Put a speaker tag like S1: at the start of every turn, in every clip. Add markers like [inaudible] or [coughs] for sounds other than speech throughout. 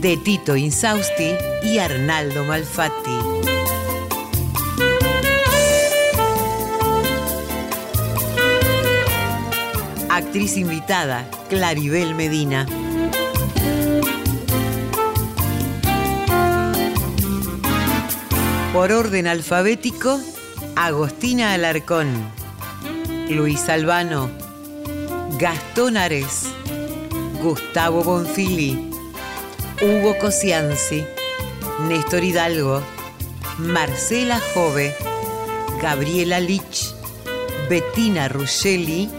S1: de Tito Insausti y Arnaldo Malfatti. Actriz invitada, Claribel Medina. Por orden alfabético, Agostina Alarcón, Luis Albano, Gastón Ares, Gustavo Bonfili. Hugo Cosianzi, Néstor Hidalgo, Marcela Jove, Gabriela Lich, Bettina Ruggeli,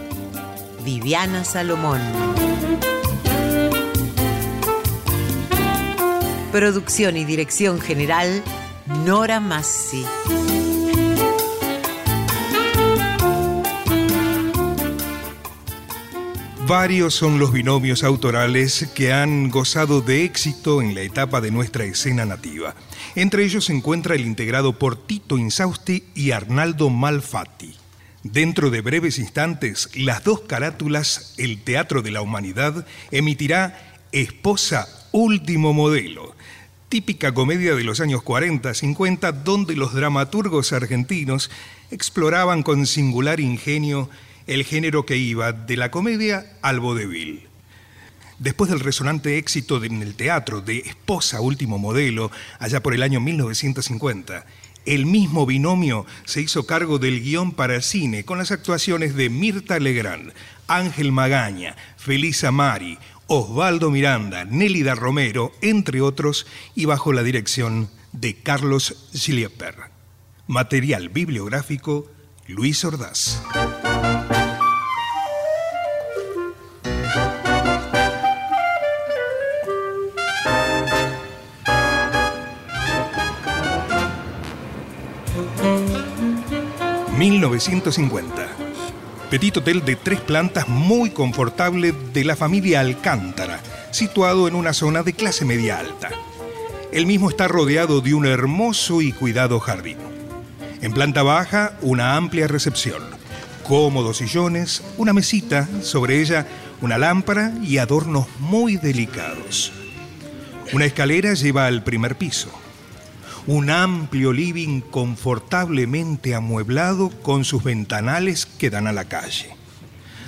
S1: Viviana Salomón. Producción y dirección general, Nora Massi.
S2: Varios son los binomios autorales que han gozado de éxito en la etapa de nuestra escena nativa. Entre ellos se encuentra el integrado por Tito Insausti y Arnaldo Malfatti. Dentro de breves instantes, las dos carátulas, El Teatro de la Humanidad, emitirá Esposa Último Modelo, típica comedia de los años 40-50 donde los dramaturgos argentinos exploraban con singular ingenio el género que iba de la comedia al vodevil. Después del resonante éxito en el teatro de Esposa Último Modelo, allá por el año 1950, el mismo binomio se hizo cargo del guión para el cine con las actuaciones de Mirta Legrand, Ángel Magaña, Felisa Mari, Osvaldo Miranda, Nélida Romero, entre otros, y bajo la dirección de Carlos Schlieper. Material bibliográfico Luis Ordaz. ...1950... ...petit hotel de tres plantas muy confortable... ...de la familia Alcántara... ...situado en una zona de clase media alta... ...el mismo está rodeado de un hermoso y cuidado jardín... En planta baja, una amplia recepción. Cómodos sillones, una mesita, sobre ella una lámpara y adornos muy delicados. Una escalera lleva al primer piso. Un amplio living confortablemente amueblado con sus ventanales que dan a la calle.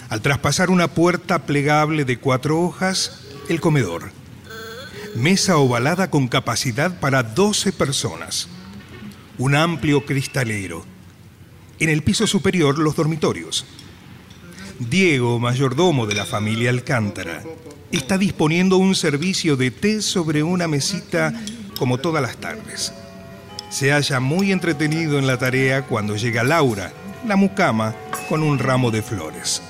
S2: al traspasar una puerta plegable de cuatro hojas, el comedor. Mesa ovalada con capacidad para 12 personas. Un amplio cristalero. En el piso superior, los dormitorios. Diego, mayordomo de la familia Alcántara, está disponiendo un servicio de té sobre una mesita como todas las tardes. Se halla muy entretenido en la tarea cuando llega Laura, la mucama, con un ramo de flores.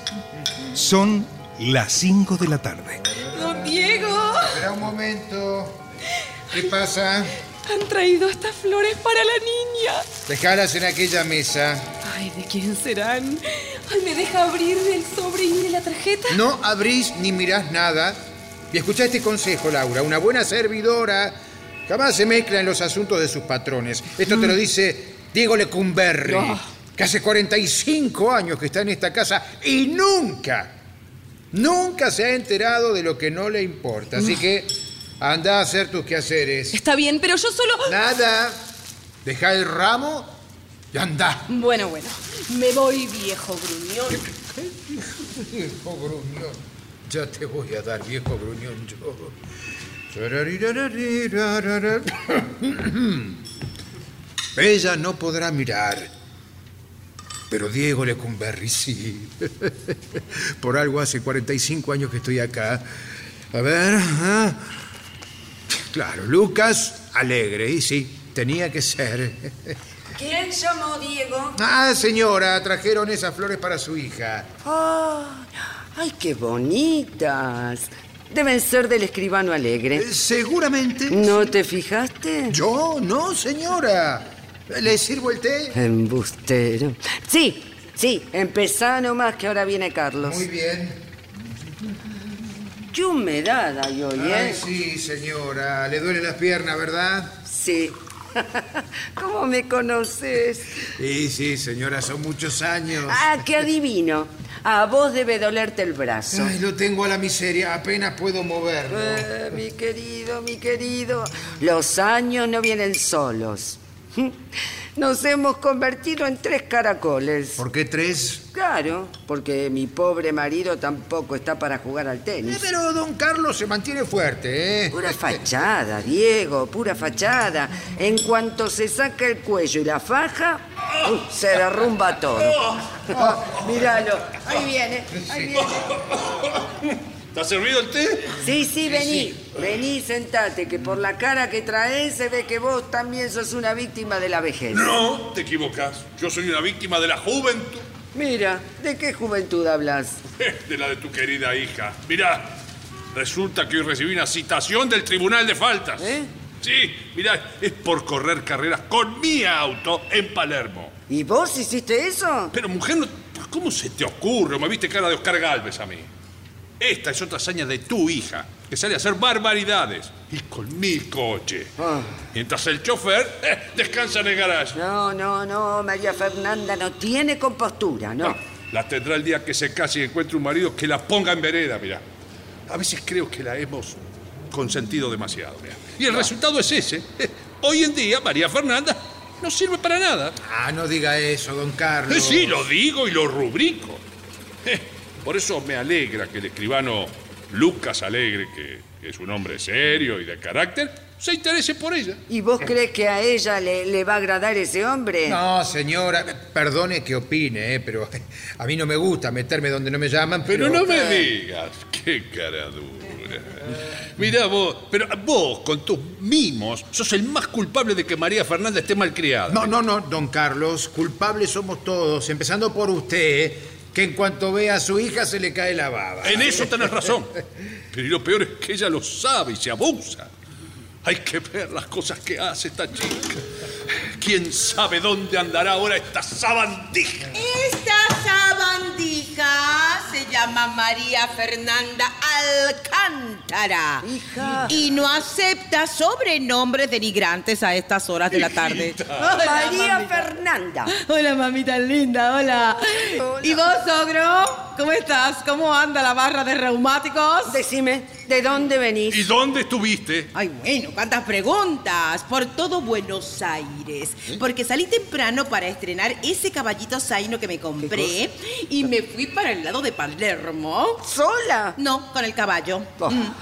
S2: Son las 5 de la tarde.
S3: Don Diego,
S4: Espera un momento. ¿Qué pasa?
S3: han traído estas flores para la niña.
S4: Dejalas en aquella mesa.
S3: Ay, ¿de quién serán? Ay, ¿me deja abrir el sobre y mire la tarjeta?
S4: No abrís ni mirás nada. Y escuchá este consejo, Laura. Una buena servidora jamás se mezcla en los asuntos de sus patrones. Esto
S3: Mm.
S4: te lo dice Diego Lecumberri,
S3: Ah.
S4: que hace 45 años que está en esta casa y nunca, nunca se ha enterado de lo que no le importa.
S3: Mm.
S4: Así que anda a hacer tus quehaceres.
S3: Está bien, pero yo solo...
S4: Nada. Dejá el ramo y andá.
S3: Bueno, bueno, me voy viejo gruñón.
S4: Viejo gruñón. Ya te voy a dar, viejo gruñón, yo. Tararirirararirararar. Ella no podrá mirar. Pero Diego Lecumberri sí. Por algo hace 45 años que estoy acá. A ver. ah. Claro, Lucas Alegre, y sí, tenía que ser.
S5: ¿Quién llamó Diego?
S4: Ah, señora, trajeron esas flores para su hija.
S5: Ah, ¡Ay, qué bonitas! Deben ser del escribano alegre.
S4: Eh, Seguramente.
S5: ¿No te fijaste?
S4: Yo no, señora. ¿Le sirvo el té?
S5: Embustero. Sí, sí, empezá nomás que ahora viene Carlos.
S4: Muy bien.
S5: Qué humedad hay hoy,
S4: Ay,
S5: ¿eh?
S4: sí, señora. Le duele las piernas, ¿verdad?
S5: Sí. [laughs] ¿Cómo me conoces?
S4: Sí, sí, señora, son muchos años.
S5: Ah, qué adivino. A vos debe dolerte el brazo.
S4: Ay, lo tengo a la miseria, apenas puedo moverlo.
S5: Eh, mi querido, mi querido, los años no vienen solos. [laughs] Nos hemos convertido en tres caracoles.
S4: ¿Por qué tres?
S5: Claro, porque mi pobre marido tampoco está para jugar al
S4: Eh,
S5: tenis.
S4: Pero don Carlos se mantiene fuerte, ¿eh?
S5: Pura fachada, Diego, pura fachada. En cuanto se saca el cuello y la faja, uh, se derrumba todo. Oh, míralo, ahí viene, ahí viene.
S6: ¿Te ha servido el té?
S5: Sí, sí, vení. Vení, sentate, que por la cara que traes se ve que vos también sos una víctima de la vejez.
S6: No, te equivocas. Yo soy una víctima de la juventud, [laughs]
S5: Mira, ¿de qué juventud hablas?
S6: de la de tu querida hija. Mirá, resulta que hoy recibí una citación del Tribunal de Faltas.
S5: ¿Eh?
S6: Sí, mirá, es por correr carreras con mi auto en Palermo.
S5: ¿Y vos hiciste eso?
S6: Pero mujer, no- ¿cómo se te ocurre? Me viste cara de Oscar Galvez a mí. Esta es otra hazaña de tu hija, que sale a hacer barbaridades. Y con mi coche.
S5: Ah.
S6: Mientras el chofer [laughs] eh, descansa en el garaje.
S5: No, no, no, María Fernanda no tiene compostura, no.
S6: Ah, La tendrá el día que se case y encuentre un marido que la ponga en vereda, mirá. A veces creo que la hemos consentido demasiado, mirá. Y el resultado es ese. [laughs] Hoy en día, María Fernanda no sirve para nada.
S4: Ah, no diga eso, don Carlos.
S6: Eh, sí, lo digo y lo rubrico. Eh, Por eso me alegra que el escribano Lucas Alegre, que que es un hombre serio y de carácter, se interese por ella.
S5: ¿Y vos crees que a ella le, le va a agradar ese hombre?
S4: No, señora, perdone que opine, ¿eh? pero [laughs] a mí no me gusta meterme donde no me llaman.
S6: Pero no me digas, qué cara dura. Mirá vos, pero vos con tus mimos sos el más culpable de que María Fernanda esté malcriada.
S4: No, no, no, don Carlos, culpables somos todos, empezando por usted, ¿eh? que en cuanto ve a su hija se le cae la baba.
S6: En eso tenés razón. Pero y lo peor es que ella lo sabe y se abusa. Hay que ver las cosas que hace esta chica. ¿Quién sabe dónde andará ahora esta sabandija?
S7: Esta sabandija se llama María Fernanda Alcántara.
S5: Hija.
S7: Y no acepta sobrenombres denigrantes a estas horas de la tarde. Hola,
S5: María
S7: mamita.
S5: Fernanda.
S7: Hola, mamita linda, hola.
S5: Hola.
S7: ¿Y vos, sogro? ¿Cómo estás? ¿Cómo anda la barra de reumáticos?
S5: Decime, ¿De dónde venís?
S6: ¿Y dónde estuviste?
S8: Ay, bueno, cuántas preguntas. Por todo Buenos Aires. Porque salí temprano para estrenar ese caballito zaino que me compré y me fui para el lado de Palermo.
S5: ¿Sola?
S8: No, con el caballo.
S5: Oh.
S8: Mm.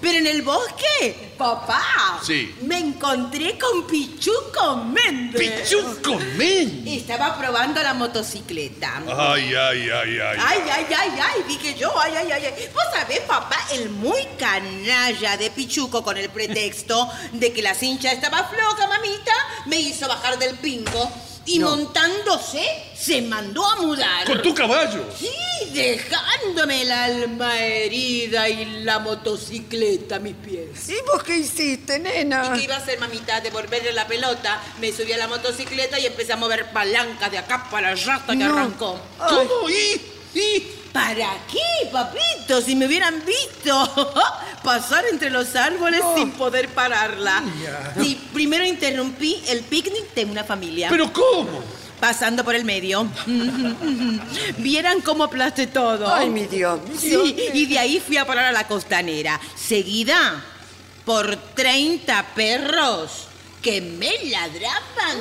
S8: Pero en el bosque, papá.
S6: Sí.
S8: Me encontré con Pichuco Méndez.
S6: ¡Pichuco men!
S8: Estaba probando la motocicleta.
S6: Ay, ay, ay, ay.
S8: Ay, ay, ay, ay, dije yo, ay, ay, ay, ay. Vos sabés, papá, el muy canalla de Pichuco con el pretexto de que la cincha estaba floja, mamita, me hizo bajar del pingo y montándose se mandó a mudar.
S6: ¡Con tu caballo!
S8: Sí, dejándome el alma herida y la motocicleta a mis pies.
S5: ¿Y vos qué hiciste, nena?
S8: ¿Y qué iba a hacer, mamita? Devolverle la pelota. Me subí a la motocicleta y empecé a mover palanca de acá para allá hasta que
S5: No.
S8: arrancó.
S5: Ay,
S6: ¿Cómo? ¿Y? ¿Y?
S8: ¿Para qué, papito? Si me hubieran visto [laughs] pasar entre los árboles sin poder pararla. Y primero interrumpí el picnic de una familia.
S6: ¿Pero cómo?
S8: Pasando por el medio. [laughs] Vieran cómo aplasté todo.
S5: ay, mi Dios. mi Dios.
S8: Sí, y de ahí fui a parar a la costanera. Seguida por 30 perros que me ladraban.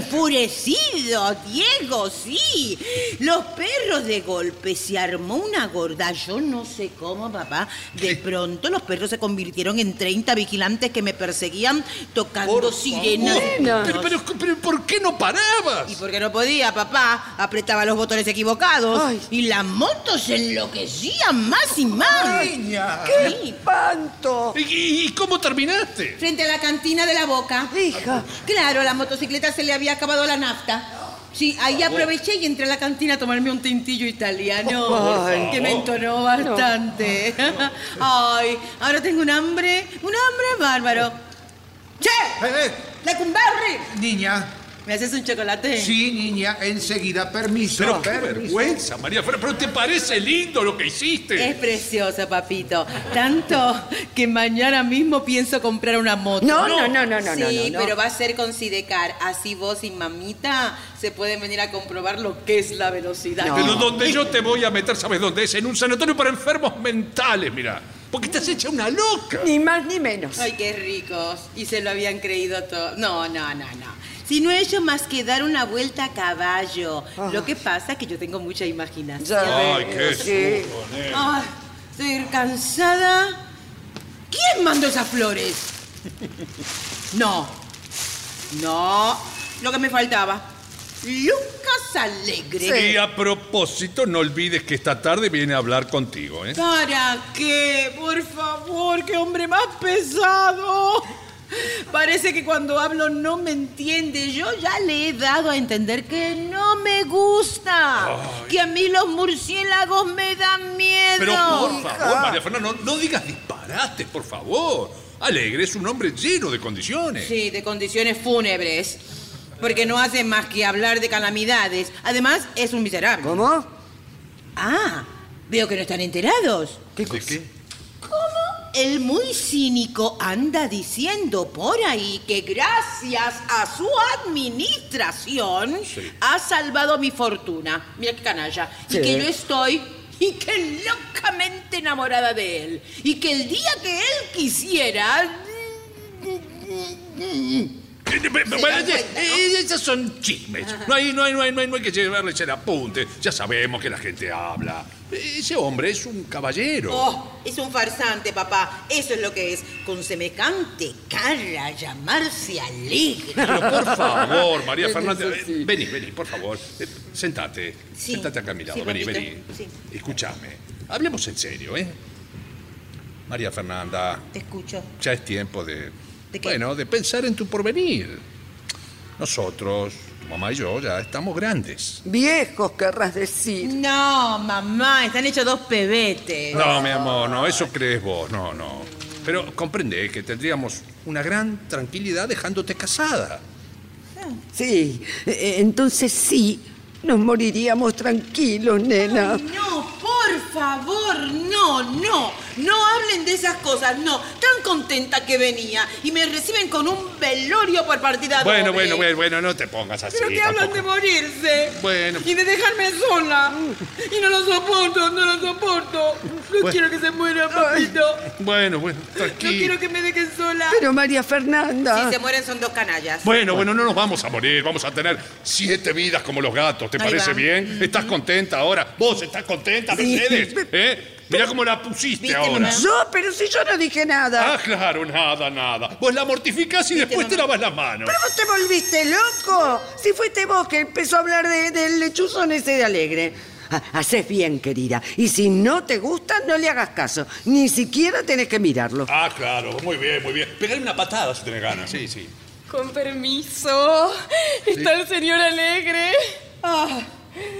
S8: Enfurecido, Diego, sí. Los perros de golpe se armó una gorda. Yo no sé cómo, papá. De pronto los perros se convirtieron en 30 vigilantes que me perseguían tocando sirenas.
S6: Pero, pero, pero ¿por qué no
S8: Y
S6: parabas?
S8: porque no podía, papá, apretaba los botones equivocados
S5: Ay.
S8: y la moto se enloquecía más y más.
S5: ¡Qué
S8: Sí.
S5: espanto!
S6: ¿Y, y- y cómo terminaste?
S8: Frente a la cantina de la boca.
S5: Hija.
S8: Claro, a la motocicleta se le había acabado la nafta. Sí, ahí aproveché y entré a la cantina a tomarme un tintillo italiano
S5: Ay.
S8: que me entonó bastante. [laughs] Ay, ahora tengo un hambre, un hambre bárbaro. ¡Che!
S9: Eh,
S8: ¡Lecumberri!
S9: niña,
S8: ¿Me haces un chocolate?
S9: sí, niña, enseguida, permiso.
S6: Pero qué
S9: permiso.
S6: vergüenza, María Fernanda. Pero te parece lindo lo que
S8: Es
S6: hiciste.
S8: preciosa, papito. Tanto que mañana mismo pienso comprar una moto.
S5: No, no, no, no, no, no.
S8: sí,
S5: no, no.
S8: pero va a ser con Sidecar. Así vos y mamita se pueden venir a comprobar lo que es la velocidad.
S5: No.
S6: Pero donde yo te voy a meter, ¿sabes dónde es? En un sanatorio para enfermos mentales, mira. Porque estás hecha una loca.
S5: Ni más ni menos.
S8: Ay, qué ricos. Y se lo habían creído todo. No, no, no, no. Si no he hecho más que dar una vuelta a caballo.
S5: Ah.
S8: Lo que pasa es que yo tengo mucha imaginación.
S5: Ya
S6: Ay,
S5: veo,
S6: qué
S5: sí.
S6: susto, nena.
S8: Ay, estoy cansada. ¿Quién mandó esas flores? No. No. Lo que me faltaba. Lucas Alegre.
S6: Y a propósito, no olvides que esta tarde viene a hablar contigo, ¿eh?
S8: ¿Para qué? Por favor, qué hombre más pesado. Parece que cuando hablo no me entiende. Yo ya le he dado a entender que no me gusta. Que a mí los murciélagos me dan miedo.
S6: Pero por favor, María Fernanda, no, no digas disparates, por favor. Alegre es un hombre lleno de condiciones.
S8: Sí, de condiciones fúnebres. Porque no hace más que hablar de calamidades. Además, es un miserable.
S5: ¿Cómo?
S8: Ah, veo que no están enterados.
S6: ¿Qué ¿De qué?
S8: El muy cínico anda diciendo por ahí que gracias a su administración
S6: Sí.
S8: ha salvado mi fortuna. Mira qué canalla.
S5: Sí.
S8: Y que yo estoy y que locamente enamorada de él. Y que el día que él quisiera...
S6: Eh, eh, bueno,
S8: cuenta,
S6: eh, eh, Esos son chismes. No hay, no, hay, no, hay, no, hay, no hay que llevarles el apunte. Ya sabemos que la gente habla. Ese hombre es un caballero.
S8: Oh, es un farsante, papá. Eso es lo que es. Con semejante cara
S6: [laughs]
S8: llamarse alegre.
S6: Pero por favor, María Fernanda, eh, vení, vení, por favor. Eh, Sentate,
S8: Sí.
S6: sentate acá a mi lado,
S8: Sí,
S6: vení,
S8: papito,
S6: vení.
S8: sí.
S6: Escuchame, hablemos en serio, ¿eh? María Fernanda,
S8: Te escucho.
S6: ya es tiempo de,
S8: ¿De qué?
S6: bueno, de pensar en tu porvenir. Nosotros, tu mamá y yo, ya estamos grandes.
S5: Viejos querrás decir.
S8: No, mamá, están hechos dos pebetes.
S6: No, mi amor, no, eso crees vos, no, no. Pero comprende que tendríamos una gran tranquilidad dejándote casada.
S5: Sí, eh, entonces sí, nos moriríamos tranquilos, nena.
S8: No, por favor, no. No, no, no hablen de esas cosas, no. Tan contenta que venía y me reciben con un velorio por partida
S6: Bueno,
S8: doble.
S6: bueno, bueno, bueno, no te pongas así.
S8: Pero que hablan
S6: tampoco.
S8: de morirse.
S6: Bueno.
S8: Y de dejarme sola. Y no lo soporto, no lo soporto. No
S6: Bueno.
S8: quiero que se muera, papito.
S6: Bueno, bueno,
S8: No
S6: tranquilo.
S8: quiero que me dejen sola.
S5: Pero María Fernanda.
S8: Si se mueren son dos canallas.
S6: Bueno, bueno, no nos vamos a morir, vamos a tener siete vidas como los gatos, ¿te
S8: Ahí
S6: parece
S8: va.
S6: bien? ¿Estás contenta ahora? ¿Vos estás contenta, Mercedes? ¿Eh? Mirá cómo la pusiste
S8: Viste,
S6: ahora.
S8: mamá.
S5: Yo, pero si yo no dije nada.
S6: Ah, claro, nada, nada. Vos la mortificás y después te lavas las manos.
S5: Pero vos te volviste loco. Si fuiste vos que empezó a hablar de- del lechuzón ese de alegre. Ha- Haces bien, querida. Y si no te gusta, no le hagas caso. Ni siquiera tenés que mirarlo.
S6: Ah, claro, muy bien, muy bien. Pegarle una patada si tenés ganas. Sí, sí.
S7: Con
S8: Oh,
S7: permiso. Está el señor alegre.
S8: Ah,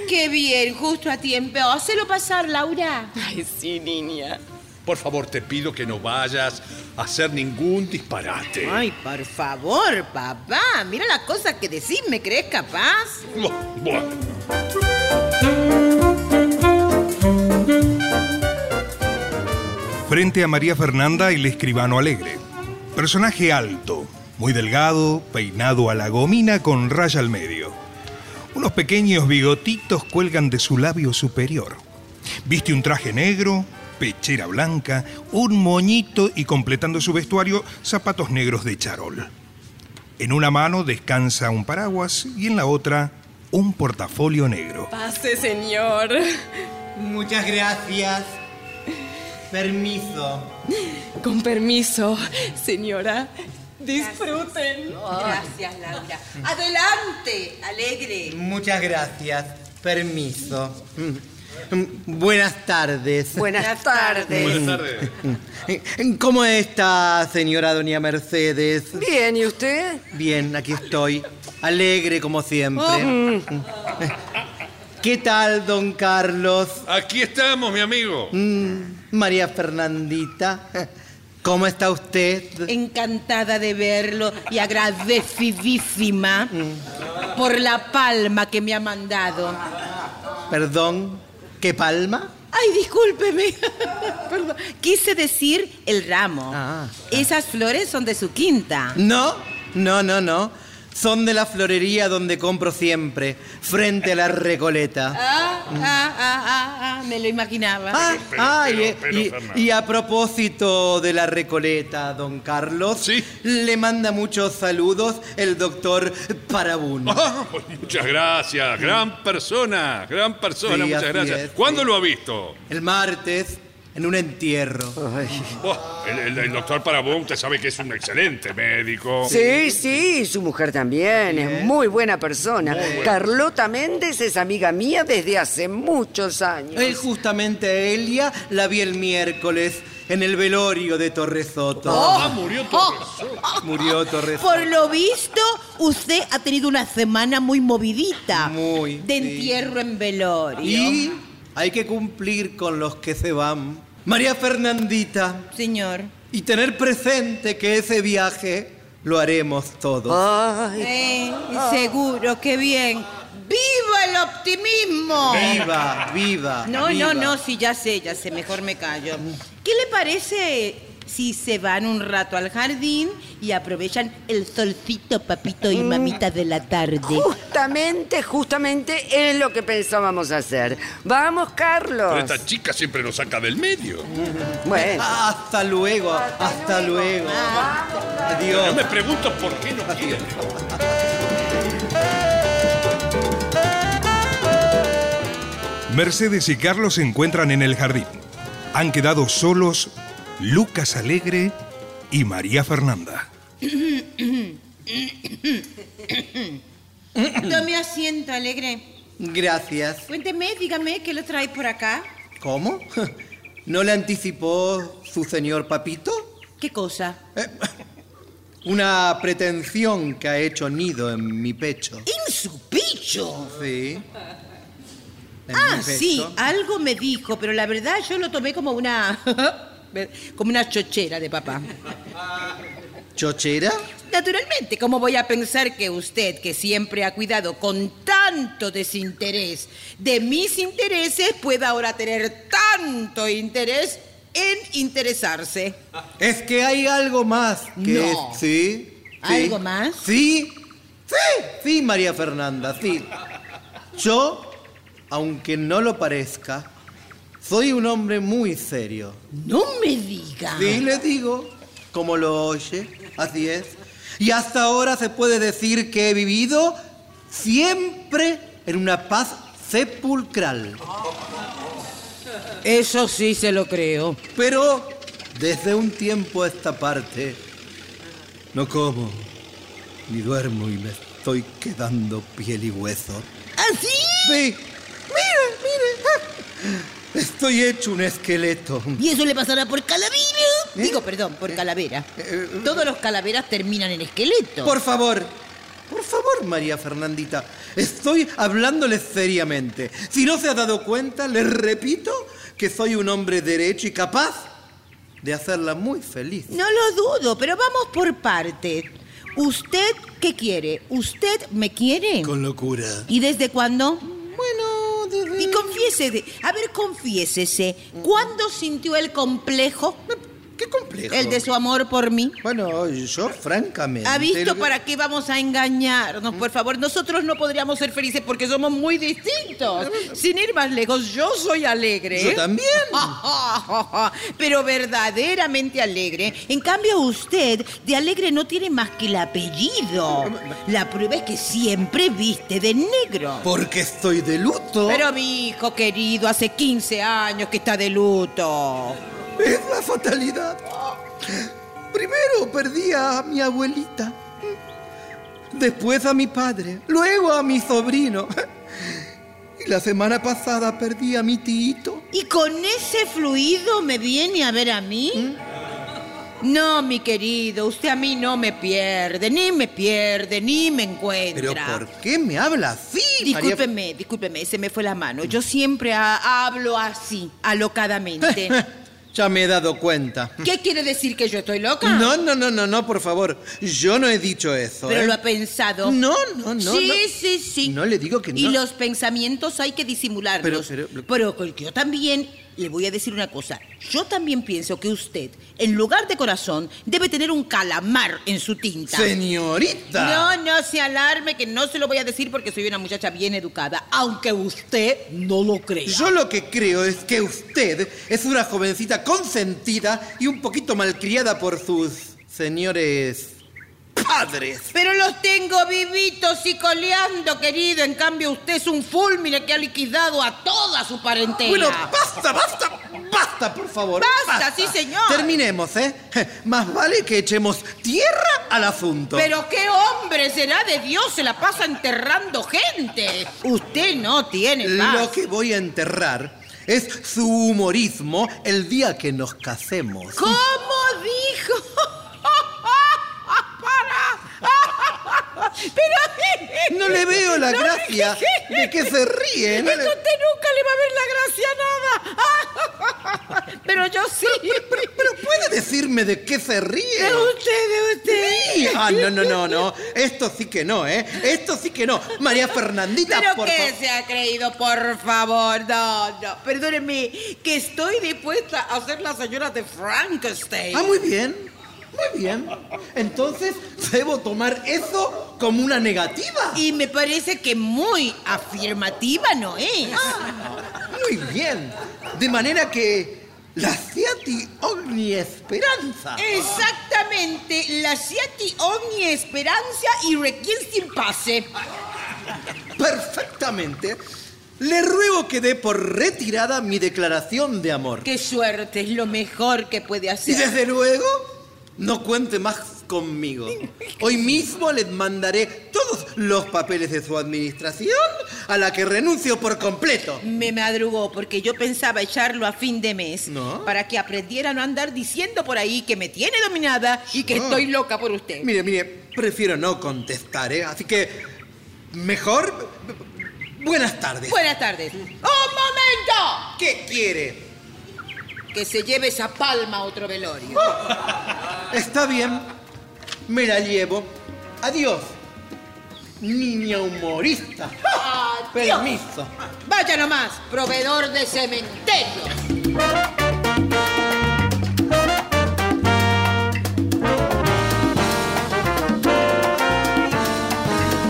S8: qué bien, justo a tiempo. Hacelo pasar, Laura.
S7: Ay, sí, niña.
S6: Por favor, te pido que no vayas a hacer ningún disparate.
S8: Ay, por favor, papá. Mira las cosas que decís, ¿me crees capaz?
S6: Bu- Bueno.
S2: Frente a María Fernanda, el escribano alegre. Personaje alto, muy delgado, peinado a la gomina con raya al medio. Unos pequeños bigotitos cuelgan de su labio superior. Viste un traje negro, pechera blanca, un moñito y completando su vestuario, zapatos negros de charol. En una mano descansa un paraguas y en la otra un portafolio negro.
S7: Pase, señor.
S10: Muchas gracias. Permiso.
S7: Con permiso, señora. Disfruten.
S8: Gracias, Laura. Adelante, alegre.
S10: Muchas gracias. Permiso. Mm. Mm, Buenas tardes.
S5: Buenas tardes.
S6: Buenas tardes.
S10: ¿Cómo está, señora Doña Mercedes?
S5: Bien, ¿y usted?
S10: Bien, aquí estoy. Alegre como
S5: Oh.
S10: siempre. ¿Qué tal, don Carlos?
S6: Aquí estamos, mi amigo.
S10: Mm, María Fernandita. ¿Cómo está usted?
S8: Encantada de verlo y agradecidísima por la palma que me ha mandado.
S10: Perdón. ¿Qué palma?
S8: Ay, discúlpeme. [laughs] Perdón. Quise decir el ramo.
S10: Ah.
S8: Esas flores son de su quinta.
S10: No, no, no, no. Son de la florería donde compro siempre, frente a la Recoleta.
S8: Ah, ah, ah, ah, ah, me lo imaginaba.
S10: Ah,
S6: pero,
S10: ah, y-
S6: pero, pero,
S10: y,
S6: Fernando.
S10: y a propósito de la Recoleta, don Carlos,
S6: Sí.
S10: le manda muchos saludos el doctor Parabuno.
S6: Ah, muchas gracias. Gran persona, gran persona,
S10: Sí,
S6: muchas
S10: así
S6: gracias.
S10: es,
S6: ¿Cuándo
S10: sí.
S6: lo ha visto?
S10: El martes, en un entierro.
S6: Oh, el, el- el doctor Parabón, usted sabe que es un excelente médico.
S5: Sí, sí, su mujer también. Es muy buena persona. Carlota Méndez es amiga mía desde hace muchos años.
S10: Eh, justamente a Elia la vi el miércoles en el velorio de Torresoto.
S8: Oh.
S6: Ah, murió todo.
S10: Murió Torresoto.
S8: Por lo visto, usted ha tenido una semana muy movidita.
S10: Muy,
S8: De
S10: sí.
S8: entierro en velorio.
S10: Y hay que cumplir con los que se van. María Fernandita,
S8: Señor.
S10: y tener presente que ese viaje lo haremos todos.
S5: Ay,
S8: Eh, seguro, qué bien. ¡Viva el optimismo!
S10: Viva, viva.
S8: No,
S10: viva.
S8: no, no, sí, ya sé, ya sé, mejor me callo. ¿Qué le parece si se van un rato al jardín y aprovechan el solcito, papito y [coughs] mamita de la tarde?
S5: justamente, justamente es lo que pensábamos hacer. Vamos,
S6: Pero
S5: Carlos.
S6: esta chica siempre nos saca del medio.
S5: Bueno.
S10: Hasta luego, hasta luego.
S6: Yo
S8: Ah.
S10: Adiós.
S6: me pregunto por qué no quiere.
S2: Mercedes y Carlos se encuentran en el jardín. Han quedado solos Lucas Alegre y María Fernanda.
S8: Tome asiento, alegre.
S10: Gracias.
S8: Cuénteme, dígame, ¿qué lo trae por acá?
S10: ¿Cómo? [laughs] ¿No le anticipó su señor papito?
S8: ¿Qué cosa?
S10: Una pretensión que ha hecho nido en mi pecho.
S8: ¡En su picho!
S10: Sí. En
S8: Ah,
S10: mi pecho.
S8: sí, algo me dijo, pero la verdad yo lo tomé como [laughs] una. como una chochera de papá.
S10: ¿Chochera?
S8: Naturalmente, ¿cómo voy a pensar que usted, que siempre ha cuidado con tanto desinterés de mis intereses, pueda ahora tener tanto interés en interesarse?
S10: Es que hay algo más que
S8: No.
S10: sí. sí.
S8: ¿Algo más?
S10: Sí. Sí, sí, María Fernanda, sí. Yo, aunque no lo parezca, soy un hombre muy serio.
S8: No me diga.
S10: Sí, le digo, como lo oye, así es. Y hasta ahora se puede decir que he vivido siempre en una paz sepulcral.
S8: Eso sí se lo creo.
S10: Pero desde un tiempo a esta parte no como, ni duermo y me estoy quedando piel y hueso.
S8: ¿Así?
S10: Sí, mire, mire. ah, Estoy hecho un esqueleto.
S8: Y eso le pasará por calavera.
S10: ¿Eh?
S8: Digo, perdón, por calavera. Todos los calaveras terminan en esqueleto.
S10: Por favor, por favor, María Fernandita. Estoy hablándole seriamente. Si no se ha dado cuenta, les repito que soy un hombre derecho y capaz de hacerla muy feliz.
S8: No lo dudo, pero vamos por partes. ¿Usted qué quiere? ¿Usted me quiere?
S10: Con locura.
S8: ¿Y desde cuándo?
S10: Bueno, desde...
S8: Y confiésese, a ver, confiésese, ¿cuándo sintió el complejo?
S10: ¿Qué complejo?
S8: El de su amor por mí.
S10: Bueno, yo francamente...
S8: ¿Ha
S10: lo
S8: visto
S10: que-
S8: para qué vamos a engañarnos?
S10: Mm.
S8: Por favor, nosotros no podríamos ser felices porque somos muy distintos. Sin ir más lejos, yo soy alegre.
S10: Yo
S8: ¿eh?
S10: también.
S8: [laughs] Pero verdaderamente alegre. En cambio, usted de alegre no tiene más que el apellido. La prueba es que siempre viste de negro.
S10: Porque estoy de luto.
S8: Pero mi hijo querido, hace 15 años que está de luto.
S10: Es la fatalidad. Primero perdí a mi abuelita, después a mi padre, luego a mi sobrino. Y la semana pasada perdí a mi tío.
S8: ¿Y con ese fluido me viene a ver a mí? No, mi querido, usted a mí no me pierde, ni me pierde, ni me encuentra.
S10: Pero ¿por qué me habla así? María?
S8: Discúlpeme, discúlpeme, se me fue la mano. Yo siempre ha- hablo así,
S10: [laughs]
S8: alocadamente.
S10: ya me he dado cuenta.
S8: ¿Qué quiere decir que yo estoy loca?
S10: No, no, no, no, no, por favor. Yo no he dicho eso.
S8: Pero
S10: ¿eh?
S8: lo ha pensado.
S10: No, no, no.
S8: sí,
S10: no.
S8: sí, sí.
S10: No le digo que
S8: Y
S10: no.
S8: los pensamientos hay que disimularlos.
S10: Pero-
S8: Pero,
S10: pero-
S8: que yo también le voy a decir una cosa. Yo también pienso que usted, en lugar de corazón, debe tener un calamar en su tinta.
S10: Señorita.
S8: No, no se alarme, que no se lo voy a decir porque soy una muchacha bien educada, aunque usted no lo crea.
S10: Yo lo que creo es que usted es una jovencita consentida y un poquito malcriada por sus señores padres.
S8: Pero los tengo vivitos y coleando, querido. En cambio, usted es un fulmine que ha liquidado a toda su parentela.
S10: Bueno, basta, basta, basta, por favor.
S8: Basta, sí, señor.
S10: Terminemos, ¿eh? Más vale que echemos tierra al asunto.
S8: Pero qué hombre será de Dios, se la pasa enterrando gente. Usted no tiene paz.
S10: lo que voy a enterrar es su humorismo el día que nos casemos.
S8: ¿Cómo dijo? [laughs] ¡Para! Pero
S10: No le veo la
S8: No,
S10: gracia
S8: ¿qué?
S10: de que se ríe. ¿eh? no
S8: Es
S10: le-
S8: que usted nunca le va a ver la gracia a nada. [laughs] Pero yo sí.
S10: Pero puede decirme de qué se ríe.
S8: De usted, de usted.
S10: Sí. Ah, no, no, no, no. Esto sí que no, ¿eh? Esto sí que no. María Fernandita,
S8: ¿Pero
S10: por
S8: qué
S10: favor.
S8: se ha creído, por favor? No, no, perdóneme, que estoy dispuesta a ser la señora de Frankenstein.
S10: Ah, muy bien. Muy bien. Entonces, debo tomar eso como una negativa.
S8: Y me parece que muy afirmativa no es.
S10: Ah. Muy bien. De manera que la Ciati Ogni Esperanza.
S8: Exactamente, la Siati Omni Esperanza y Requiem sin pase.
S10: Perfectamente. Le ruego que dé por retirada mi declaración de amor.
S8: Qué suerte, es lo mejor que puede
S10: Y
S8: hacer.
S10: desde luego, no cuente más conmigo. Hoy mismo les mandaré todos los papeles de su administración a la que renuncio por completo.
S8: Me madrugó porque yo pensaba echarlo a fin de mes
S10: ¿No?
S8: para que aprendiera a no andar diciendo por ahí que me tiene dominada y que
S10: Ah.
S8: estoy loca por usted.
S10: Mire, mire, prefiero no contestar, ¿eh? Así que, mejor, buenas tardes.
S8: Buenas tardes. ¡Un momento!
S10: ¿Qué
S11: [laughs]
S10: quiere?
S8: Que se lleve esa palma a otro velorio.
S10: Está bien. me la llevo. Adiós, niña humorista.
S11: Ah,
S10: Permiso.
S7: Vaya nomás, proveedor de cementerio.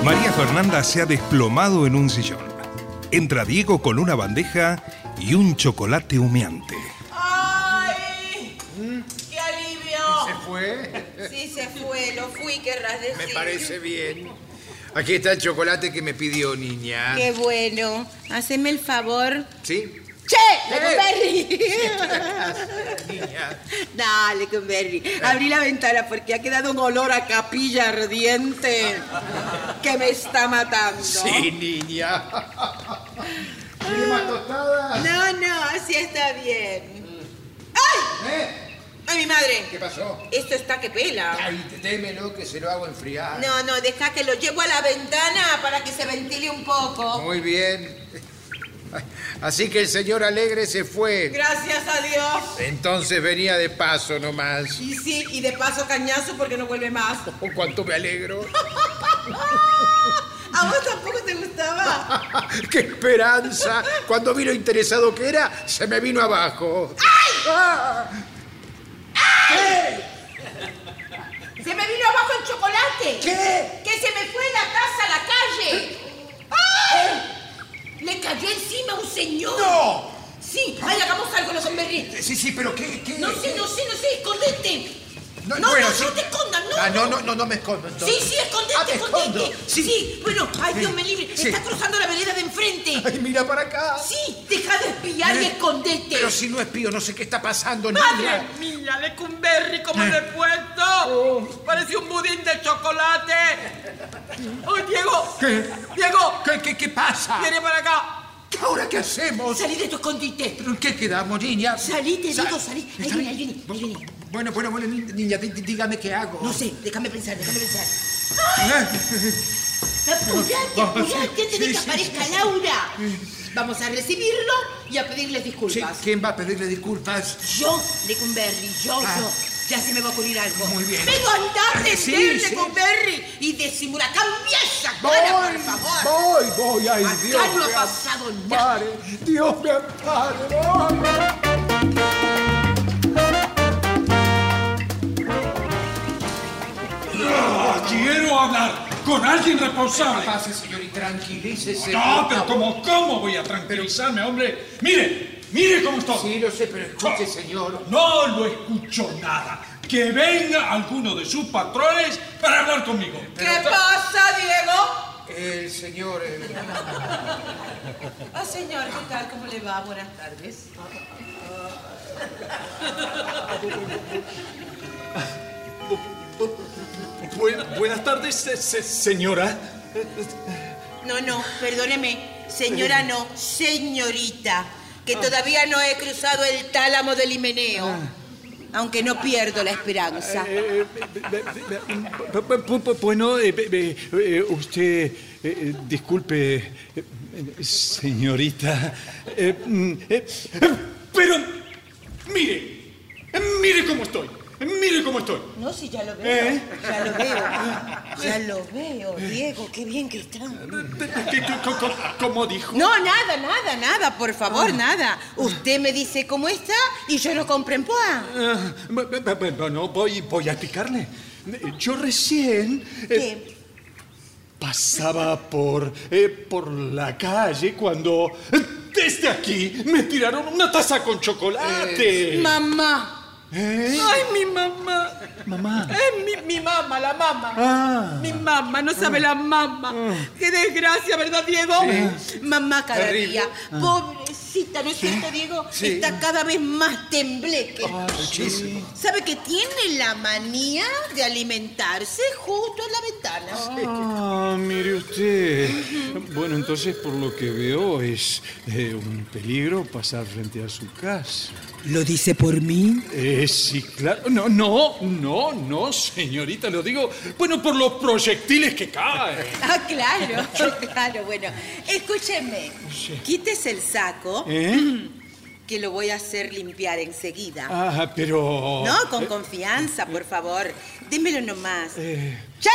S2: María Fernanda se ha desplomado en un sillón. Entra Diego con una bandeja y un chocolate humeante.
S8: ¡Ay! ¡Qué alivio!
S4: ¿Se fue?
S8: Sí, se fue, lo fui, querrás decir.
S4: Me parece bien. [laughs] Aquí está el chocolate que me pidió, niña.
S7: Qué bueno. Haceme el favor.
S4: ¿Sí?
S7: ¡Che! ¡Lecumberri! Dale, Cumberry. Abrí la ventana porque ha quedado un olor a
S4: [laughs]
S7: capilla ardiente que me está matando.
S4: Sí, niña. ¿Quiere más tostadas?
S7: No, no, así está bien. ¡Ay! ¡Ay, mi madre!
S4: Mm. ¿Eh? ¿Qué pasó?
S8: Esto está que pela.
S4: Ay, témelo que se lo hago enfriar.
S8: No, no, deja que lo llevo a la ventana para que se ventile un poco.
S4: Muy bien. Así que el señor Alegre se fue.
S8: Gracias a Dios.
S4: Entonces venía de paso nomás.
S8: Y sí, y de paso cañazo porque no vuelve más.
S4: Oh, cuánto me alegro.
S8: ¿A vos tampoco
S4: [laughs]
S8: te gustaba?
S4: ¡Qué esperanza! Cuando vi lo interesado que era, se me vino abajo. Ah.
S8: Se me vino abajo el chocolate. ¿Qué? Que se me fue la taza a la
S4: ¿Eh?
S8: calle. ¡Ay! Le cayó encima un señor.
S4: ¡No!
S8: Sí, ay, hagamos algo, los hombres.
S4: Sí, sí, pero ¿qué? qué?
S8: No sé, no sé, no sé, escondete. No, no,
S4: bueno,
S8: no,
S4: sí.
S8: te escondas, no.
S4: Ah, no, no, no, no me escondo.
S8: Sí,
S4: entonces.
S8: sí, escondete,
S4: Ah, me
S8: escondete.
S4: escondo. Sí.
S8: bueno, ay, Dios me libre.
S4: Sí.
S8: Está cruzando la vereda de enfrente.
S4: Ay, mira para acá.
S8: Sí, deja de espiar y
S4: Eh,
S8: escondete.
S4: Pero si no espío, no sé qué está pasando,
S8: ¡Madre!
S4: niña.
S12: Mía, Lecumberri, como le he
S4: Eh. Oh.
S12: puesto. Parece un budín de chocolate.
S6: Ah.
S8: Oh,
S12: ¡Ay, Diego! ¡Diego!
S4: ¿Qué, qué, qué pasa?
S12: ¡Viene para acá!
S4: ¿Ahora qué hacemos?
S8: Salí de tu escondite.
S4: ¿Pero en qué quedamos, niña? ¿Eh,
S8: Salí, te
S4: Sa-
S8: digo, salí. Ahí
S4: Está
S8: viene, ahí
S4: bien.
S8: viene, ahí viene.
S4: Bueno, bueno, bueno, ni- niña, di- di- dígame qué hago.
S8: No sé, déjame pensar, déjame pensar.
S4: ¿Eh?
S8: Apurate, apurate antes de que aparezca Laura.
S7: Vamos a recibirlo y a pedirles
S4: Sí,
S7: disculpas.
S4: ¿Quién va a pedirle disculpas? Ah.
S8: Yo, Lecumberri, yo, yo. Ya se me va a ocurrir algo.
S4: Muy bien.
S8: Vengo a andar de
S4: Sí,
S8: ser,
S4: sí.
S8: Lecumberri y disimula. Cambia esa cara, por favor.
S4: voy, voy, ay,
S8: Acá
S4: Dios.
S8: no ha
S4: me
S8: pasado nada.
S4: ampare, Dios me ampare. ay.
S12: ¡Quiero hablar con alguien responsable!
S4: Pase, señor, y tranquilícese.
S12: No,
S4: por
S12: pero
S4: favor.
S12: ¿cómo, ¿cómo voy a tranquilizarme, hombre? ¡Mire! ¡Mire cómo estoy! Ah.
S4: Sí, lo sé, pero escuche, señor.
S12: No lo escucho nada. Que venga alguno de sus patrones para hablar conmigo.
S8: ¿Qué pasa, Diego?
S4: El señor... eh,
S8: Ah, señor, ¿qué tal? ¿Cómo le va? Buenas [laughs] tardes.
S12: buenas tardes, señora.
S8: No, no, perdóneme. Señora no, señorita. Que
S12: Ah.
S8: todavía no he cruzado el tálamo del himeneo. Aunque no pierdo la esperanza.
S12: Eh, Bueno, eh, be- be- eh, usted, eh, disculpe, eh, eh, señorita, eh, mm, eh, pero mire, mire cómo estoy, mire cómo estoy.
S8: No, sí, ya lo veo.
S12: ¿Eh?
S8: Ya lo
S12: [laughs]
S8: veo. Ya lo veo, Diego. Qué bien que está.
S12: ¿Qué- qué- co- co- ¿Cómo dijo? Ah.
S7: No, nada, nada, nada, por favor, nada. Usted me dice cómo está y yo lo comprendo.
S12: Ah, bu- bu- bu- bu- Bueno, voy, voy a explicarle. Yo recién eh, pasaba por, eh, por la calle cuando eh, desde aquí me tiraron una taza con chocolate.
S7: Mamá.
S12: Este. ¿Eh?
S7: Ay, mi mamá.
S12: Mamá.
S7: Es mi, mi mamá, la mamá.
S12: Ah.
S7: Mi mamá, no sabe la mamá. Qué desgracia, ¿verdad, Diego? Mamá cada
S4: Terrible. Ah.
S7: día. Pobrecita, ¿no es cierto, Diego? Está cada vez más tembleque.
S4: muchísimo.
S7: ¿Sabe que tiene la manía de alimentarse justo en
S4: [laughs]
S7: la ventana?
S12: Ah, mire usted. Bueno, entonces por lo que veo es eh, un peligro pasar frente a su casa.
S13: ¿Lo dice por mí?
S12: Eh, sí, claro. No, no, no, no, señorita, lo digo. Bueno, por los proyectiles que caen.
S7: Ah, claro, [laughs] claro, bueno. Escúcheme, quítese el saco,
S12: ¿Eh?
S8: que lo voy a hacer limpiar enseguida.
S12: Ah, pero...
S8: No,
S4: Eh.
S8: con confianza, por favor. Dímelo nomás.
S12: Eh,
S8: ¡Che!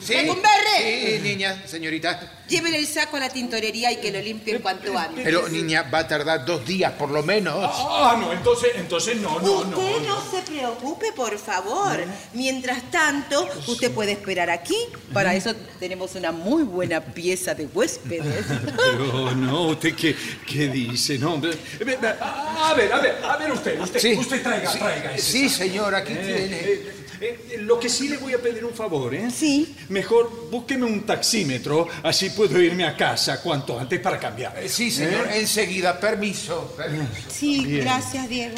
S4: ¿Sí?
S8: ¡Lecumberri!
S4: Sí, niña, señorita.
S8: Llévele el saco a la tintorería y que lo limpien cuanto antes.
S4: Eh, Pero, niña, va a tardar dos días por lo menos.
S12: Ah, no, entonces, entonces no,
S8: Uh,
S12: no, no.
S8: Usted no se preocupe, por favor. Mientras tanto, usted puede esperar aquí. Para eso tenemos una muy buena pieza de huéspedes.
S12: [laughs] Pero no, usted qué, qué dice, no. hombre. Ve- ah, ve- A ver, a ver, a ver usted, usted,
S4: Sí.
S12: usted traiga,
S4: Sí,
S12: traiga. ese
S4: sí,
S12: saco.
S4: señor, aquí tiene.
S12: eh, eh, eh, lo que sí le voy a pedir un favor, ¿eh? Sí. Mejor búsqueme un taxímetro, así puedo irme a casa cuanto antes para cambiar.
S4: Sí, señor,
S12: ¿Eh?
S4: enseguida, permiso. permiso.
S8: Sí,
S12: Bien.
S8: gracias, Diego.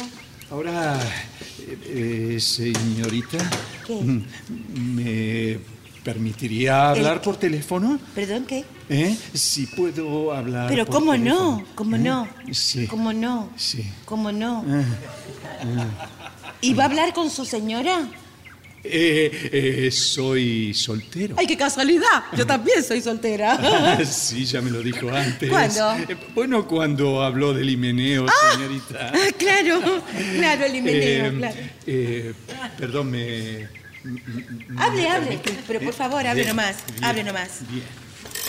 S12: Ahora, eh, eh, señorita, mm,
S8: ¿Qué?
S12: ¿me permitiría hablar
S8: ¿El
S12: por teléfono?
S8: ¿Perdón qué?
S12: ¿Eh? Si puedo hablar.
S8: Pero
S12: por
S8: cómo
S12: teléfono.
S8: no, cómo
S12: ¿Eh?
S8: no.
S12: Sí.
S8: ¿Cómo no?
S12: Sí.
S8: ¿Cómo no?
S12: Ah, ah.
S8: ¿Y va a hablar con su señora?
S12: Eh, eh, soy soltero.
S7: ¡Ay, qué casualidad! Yo también soy
S12: [laughs]
S7: soltera.
S12: sí, ya me lo dijo antes.
S7: ¿Cuándo?
S12: Eh, bueno, cuando habló del himeneo, señorita.
S7: Ah, claro, claro, el himeneo,
S12: Eh,
S7: claro.
S12: eh, perdón, me. m- m- me
S8: Hable, hable.
S12: permite.
S8: Pero por favor, hable
S12: Bien,
S8: nomás.
S12: bien,
S8: Hable nomás.
S12: bien.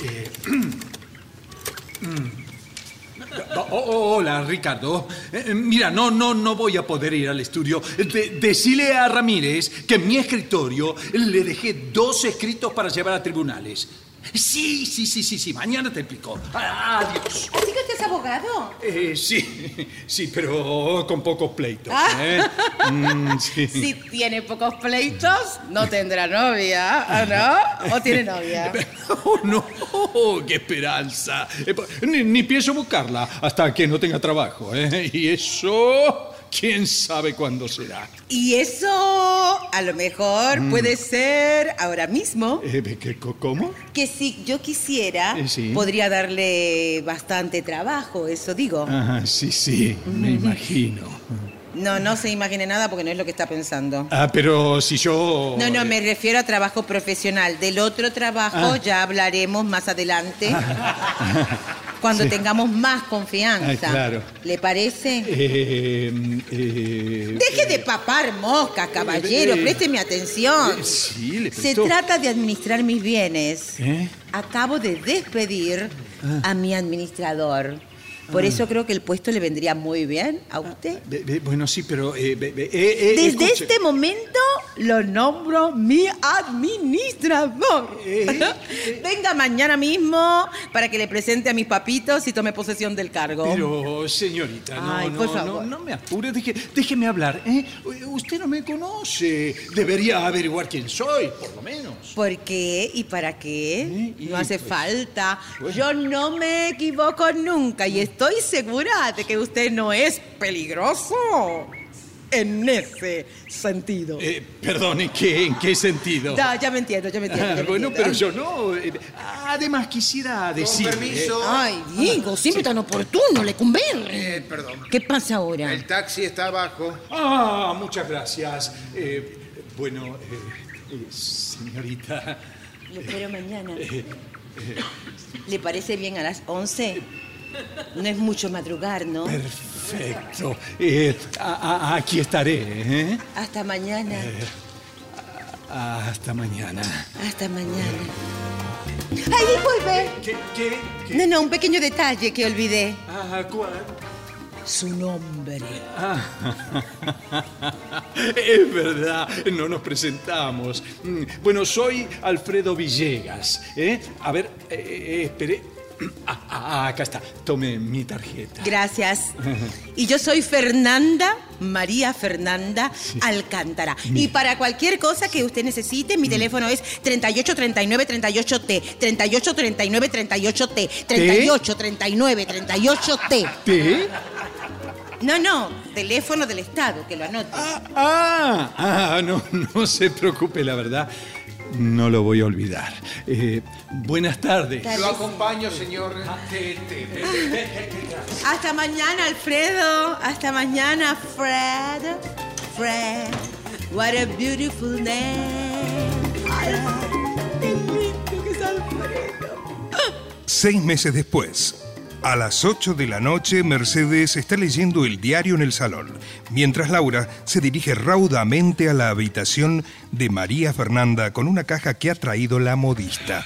S12: Eh, [clears throat] mm. Oh, oh, hola, Ricardo. Eh, eh, mira, no, no, no voy a poder ir al estudio. De- decile a Ramírez que en mi escritorio le dejé dos escritos para llevar a tribunales. Sí, sí, sí, sí, sí. Mañana te explico. Ah, Adiós.
S8: ¿Así que usted es abogado?
S12: Eh, sí, [laughs] sí, pero con pocos pleitos.
S7: Ah.
S12: ¿eh? Mm, sí.
S7: Si tiene pocos pleitos, no tendrá novia,
S8: Ah,
S7: ¿o no? ¿O
S12: [laughs]
S7: tiene novia?
S12: Oh, no, qué esperanza. Eh, pa- Ni, ni pienso buscarla hasta que no tenga trabajo. ¿eh? Y eso, quién sabe cuándo será.
S8: Y eso a lo mejor
S12: Mm.
S8: puede ser ahora mismo.
S12: Eh, ve que co- ¿Cómo?
S8: Que si yo quisiera,
S12: Eh, sí.
S8: podría darle bastante trabajo, eso digo.
S12: Ah, sí, sí, me imagino.
S8: No, no se imagine nada porque no es lo que está pensando.
S12: Ah, pero si yo...
S8: No, no, me refiero a trabajo profesional. Del otro trabajo
S12: Ah.
S8: ya hablaremos más adelante, [laughs] cuando
S12: Sí.
S8: tengamos más confianza.
S12: Ah, claro.
S8: ¿Le parece?
S12: [laughs] Eh, eh,
S8: Deje de papar moscas, caballero,
S12: eh,
S8: présteme atención.
S12: eh, sí, le
S8: Se
S12: presto.
S8: trata de administrar mis bienes.
S12: ¿Eh?
S8: Acabo de despedir
S12: Ah.
S8: a mi administrador. Por
S12: Ah.
S8: eso creo que el puesto le vendría muy bien a usted.
S12: Ve- ve- bueno, sí, pero... eh, ve- ve- eh, eh,
S8: Desde
S12: escuche.
S8: este momento lo nombro mi administrador.
S12: Eh,
S8: Venga mañana mismo para que le presente a mis papitos y tome posesión del cargo.
S12: Pero, señorita, no,
S8: Ay,
S12: no,
S8: por
S12: no,
S8: favor.
S12: no me apure, deje- déjeme hablar. ¿eh? U- Usted no me conoce. Debería averiguar quién soy, por lo menos.
S8: ¿Por qué y para qué?
S12: y
S8: no hace
S12: pues,
S8: falta.
S12: bueno.
S8: Yo no me equivoco nunca y estoy segura de que usted no es peligroso en ese sentido.
S12: Eh, perdón, ¿en qué, en qué sentido?
S8: Ya, ya me entiendo, ya me entiendo.
S12: Ah,
S8: ya me
S12: bueno,
S8: entiendo.
S12: pero yo no. eh, Además, quisiera decir. eh,
S7: Ay, Diego, siempre tan oportuno, le
S4: Eh, perdón.
S7: ¿Qué pasa ahora?
S4: El taxi está abajo.
S12: Ah, muchas gracias. Eh, bueno, eh, eh, señorita.
S8: Lo espero mañana.
S12: eh, eh,
S8: ¿Le parece bien a las 11? No es mucho madrugar, ¿no?
S12: perfecto. Eh, a- a- aquí estaré. ¿eh?
S8: Hasta mañana.
S12: Eh, hasta mañana.
S8: Hasta mañana. ¡Ay, disculpe!
S12: ¿Qué? ¿Qué?
S8: No, no, un pequeño detalle que olvidé.
S12: Ah, ¿cuál?
S8: Su nombre.
S12: es verdad, no nos presentamos. Mm, Bueno, soy Alfredo Villegas. ¿eh? A ver, eh, eh, espere. Ah, ah, acá está. Tome mi tarjeta.
S8: Gracias. Y yo soy Fernanda, María Fernanda Alcántara. Y para cualquier cosa que usted necesite,
S12: Mm.
S8: mi teléfono es 3839-38T. 3839-38T. 3839-38T.
S12: ¿Té?
S8: No, no, teléfono del Estado, que lo anote.
S12: Ah, ah, no, no se preocupe, la verdad. No lo voy a olvidar. Eh, buenas tardes.
S4: Lo acompaño, señor.
S11: Ah,
S4: Te- te- te- te-
S8: Hasta mañana, Alfredo. Hasta mañana, Fred. Fred, what a beautiful name.
S2: Seis meses después, A las 8 de la noche, Mercedes está leyendo el diario en el salón, mientras Laura se dirige raudamente a la habitación de María Fernanda con una caja que ha traído la modista.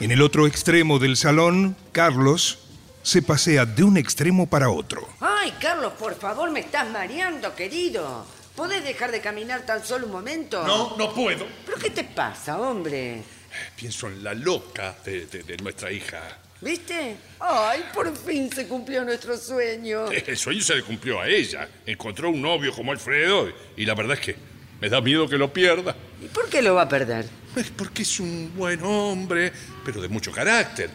S2: En el otro extremo del salón, Carlos se pasea de un extremo para otro.
S5: Ay, Carlos, por favor, me estás mareando, querido. ¿Podés dejar de caminar tan solo un momento?
S6: No, no puedo.
S5: ¿Pero qué te pasa, hombre?
S6: Pienso en la loca de, de- de nuestra hija.
S5: ¿Viste? Ay, por fin se cumplió nuestro sueño.
S6: El sueño se le cumplió a ella. Encontró un novio como Alfredo y la verdad es que me da miedo que lo pierda.
S5: ¿Y por qué lo va a perder?
S6: Porque es un buen hombre, pero de mucho carácter.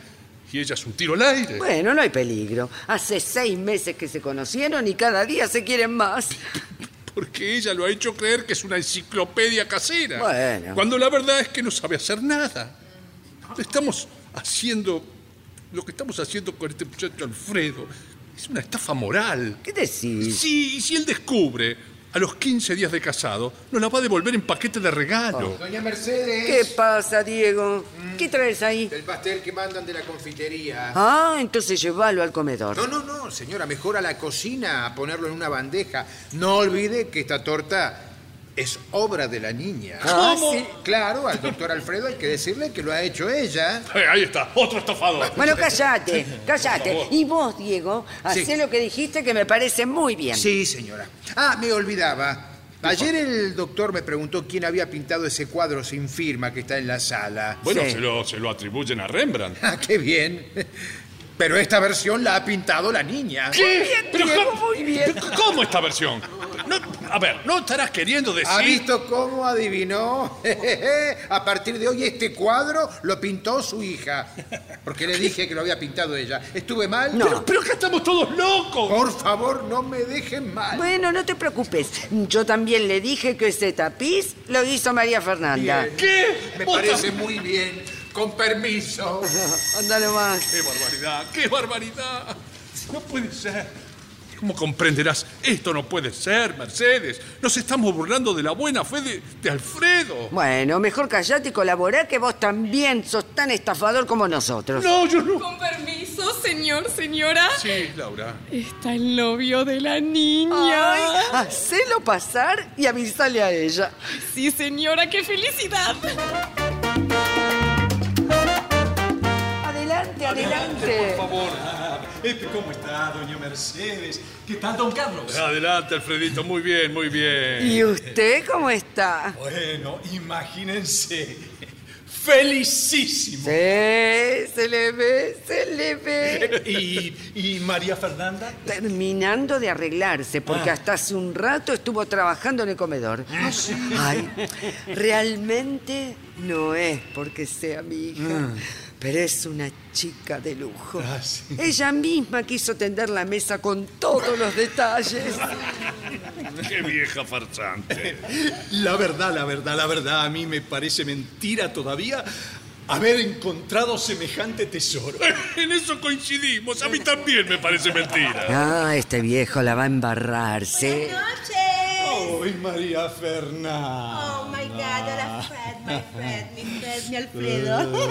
S6: Y ella es un tiro al aire.
S5: Bueno, no hay peligro. Hace seis meses que se conocieron y cada día se quieren más.
S6: Porque ella lo ha hecho creer que es una enciclopedia casera.
S5: Bueno.
S6: Cuando la verdad es que no sabe hacer nada. Estamos haciendo. Lo que estamos haciendo con este muchacho Alfredo es una estafa moral.
S5: ¿Qué decís?
S6: Sí, y si él descubre a los 15 días de casado, nos la va a devolver en paquete de regalo.
S11: Doña Mercedes.
S5: ¿Qué pasa, Diego? ¿Qué traes ahí?
S11: El pastel que mandan de la confitería.
S5: Ah, entonces llévalo al comedor.
S11: No, no, no, señora, mejor a la cocina, a ponerlo en una bandeja. No olvide que esta torta es obra de la niña.
S5: Ah, ¿Cómo? sí.
S11: Claro, al doctor Alfredo hay que decirle que lo ha hecho ella.
S4: Eh,
S6: ahí está, otro estafador.
S5: Bueno, cállate, cállate. Y vos, Diego, hacé
S11: Sí.
S5: lo que dijiste que me parece muy bien.
S11: Sí, señora. Ah, me olvidaba. Ayer el doctor me preguntó quién había pintado ese cuadro sin firma que está en la sala.
S6: Bueno, se, lo, se lo atribuyen a Rembrandt.
S11: [laughs] Ah, qué bien. Pero esta versión la ha pintado la niña.
S6: ¿Qué? Pero ¿cómo- pero ¿Cómo esta versión? No, a ver, no estarás queriendo decir.
S11: ¿Ha visto cómo adivinó? [laughs] A partir de hoy este cuadro lo pintó su hija. Porque le dije que lo había pintado ella. ¿Estuve mal?
S5: No. Pero-
S6: acá estamos todos locos.
S11: Por favor, no me dejen mal.
S5: Bueno, no te preocupes. Yo también le dije que ese tapiz lo hizo María Fernanda.
S11: Bien. Me parece muy bien. Con permiso.
S5: Ándale más.
S6: ¡Qué barbaridad! ¡Qué barbaridad! No puede ser. ¿Cómo comprenderás? Esto no puede ser, Mercedes. Nos estamos burlando de la buena fe de, de Alfredo.
S5: Bueno, mejor callate y colaborá que vos también sos tan estafador como nosotros.
S6: No, yo no.
S3: Con permiso, señor, señora.
S6: Sí, Laura.
S3: Está el novio de la niña.
S5: Ay, hacelo pasar y avisale a ella.
S3: Sí, señora, qué felicidad.
S5: Adelante, adelante.
S12: Por favor. Ah, eh, ¿Cómo está, doña Mercedes? ¿Qué tal, don Carlos?
S6: Adelante, Alfredito. Muy bien, muy bien.
S5: ¿Y usted cómo está?
S12: Bueno, imagínense. Felicísimo.
S5: Sí, se le ve, se le ve.
S12: ¿Y, y María Fernanda?
S5: Terminando de arreglarse, porque hasta hace un rato estuvo trabajando en el comedor. Ay, [laughs] realmente no es porque sea mi hija, pero es una chica de lujo.
S12: Ah, sí.
S5: Ella misma quiso tender la mesa con todos los detalles.
S6: ¡Qué vieja farsante!
S12: La verdad, la verdad, la verdad, a mí me parece mentira todavía haber encontrado semejante tesoro.
S6: En eso coincidimos. A mí también me parece mentira.
S5: Ah, este viejo la va a embarrarse.
S8: Noches.
S12: ¡Ay, María Fernanda!
S8: Oh my God, hola Fred, my Fred, mi Fred, mi Alfredo.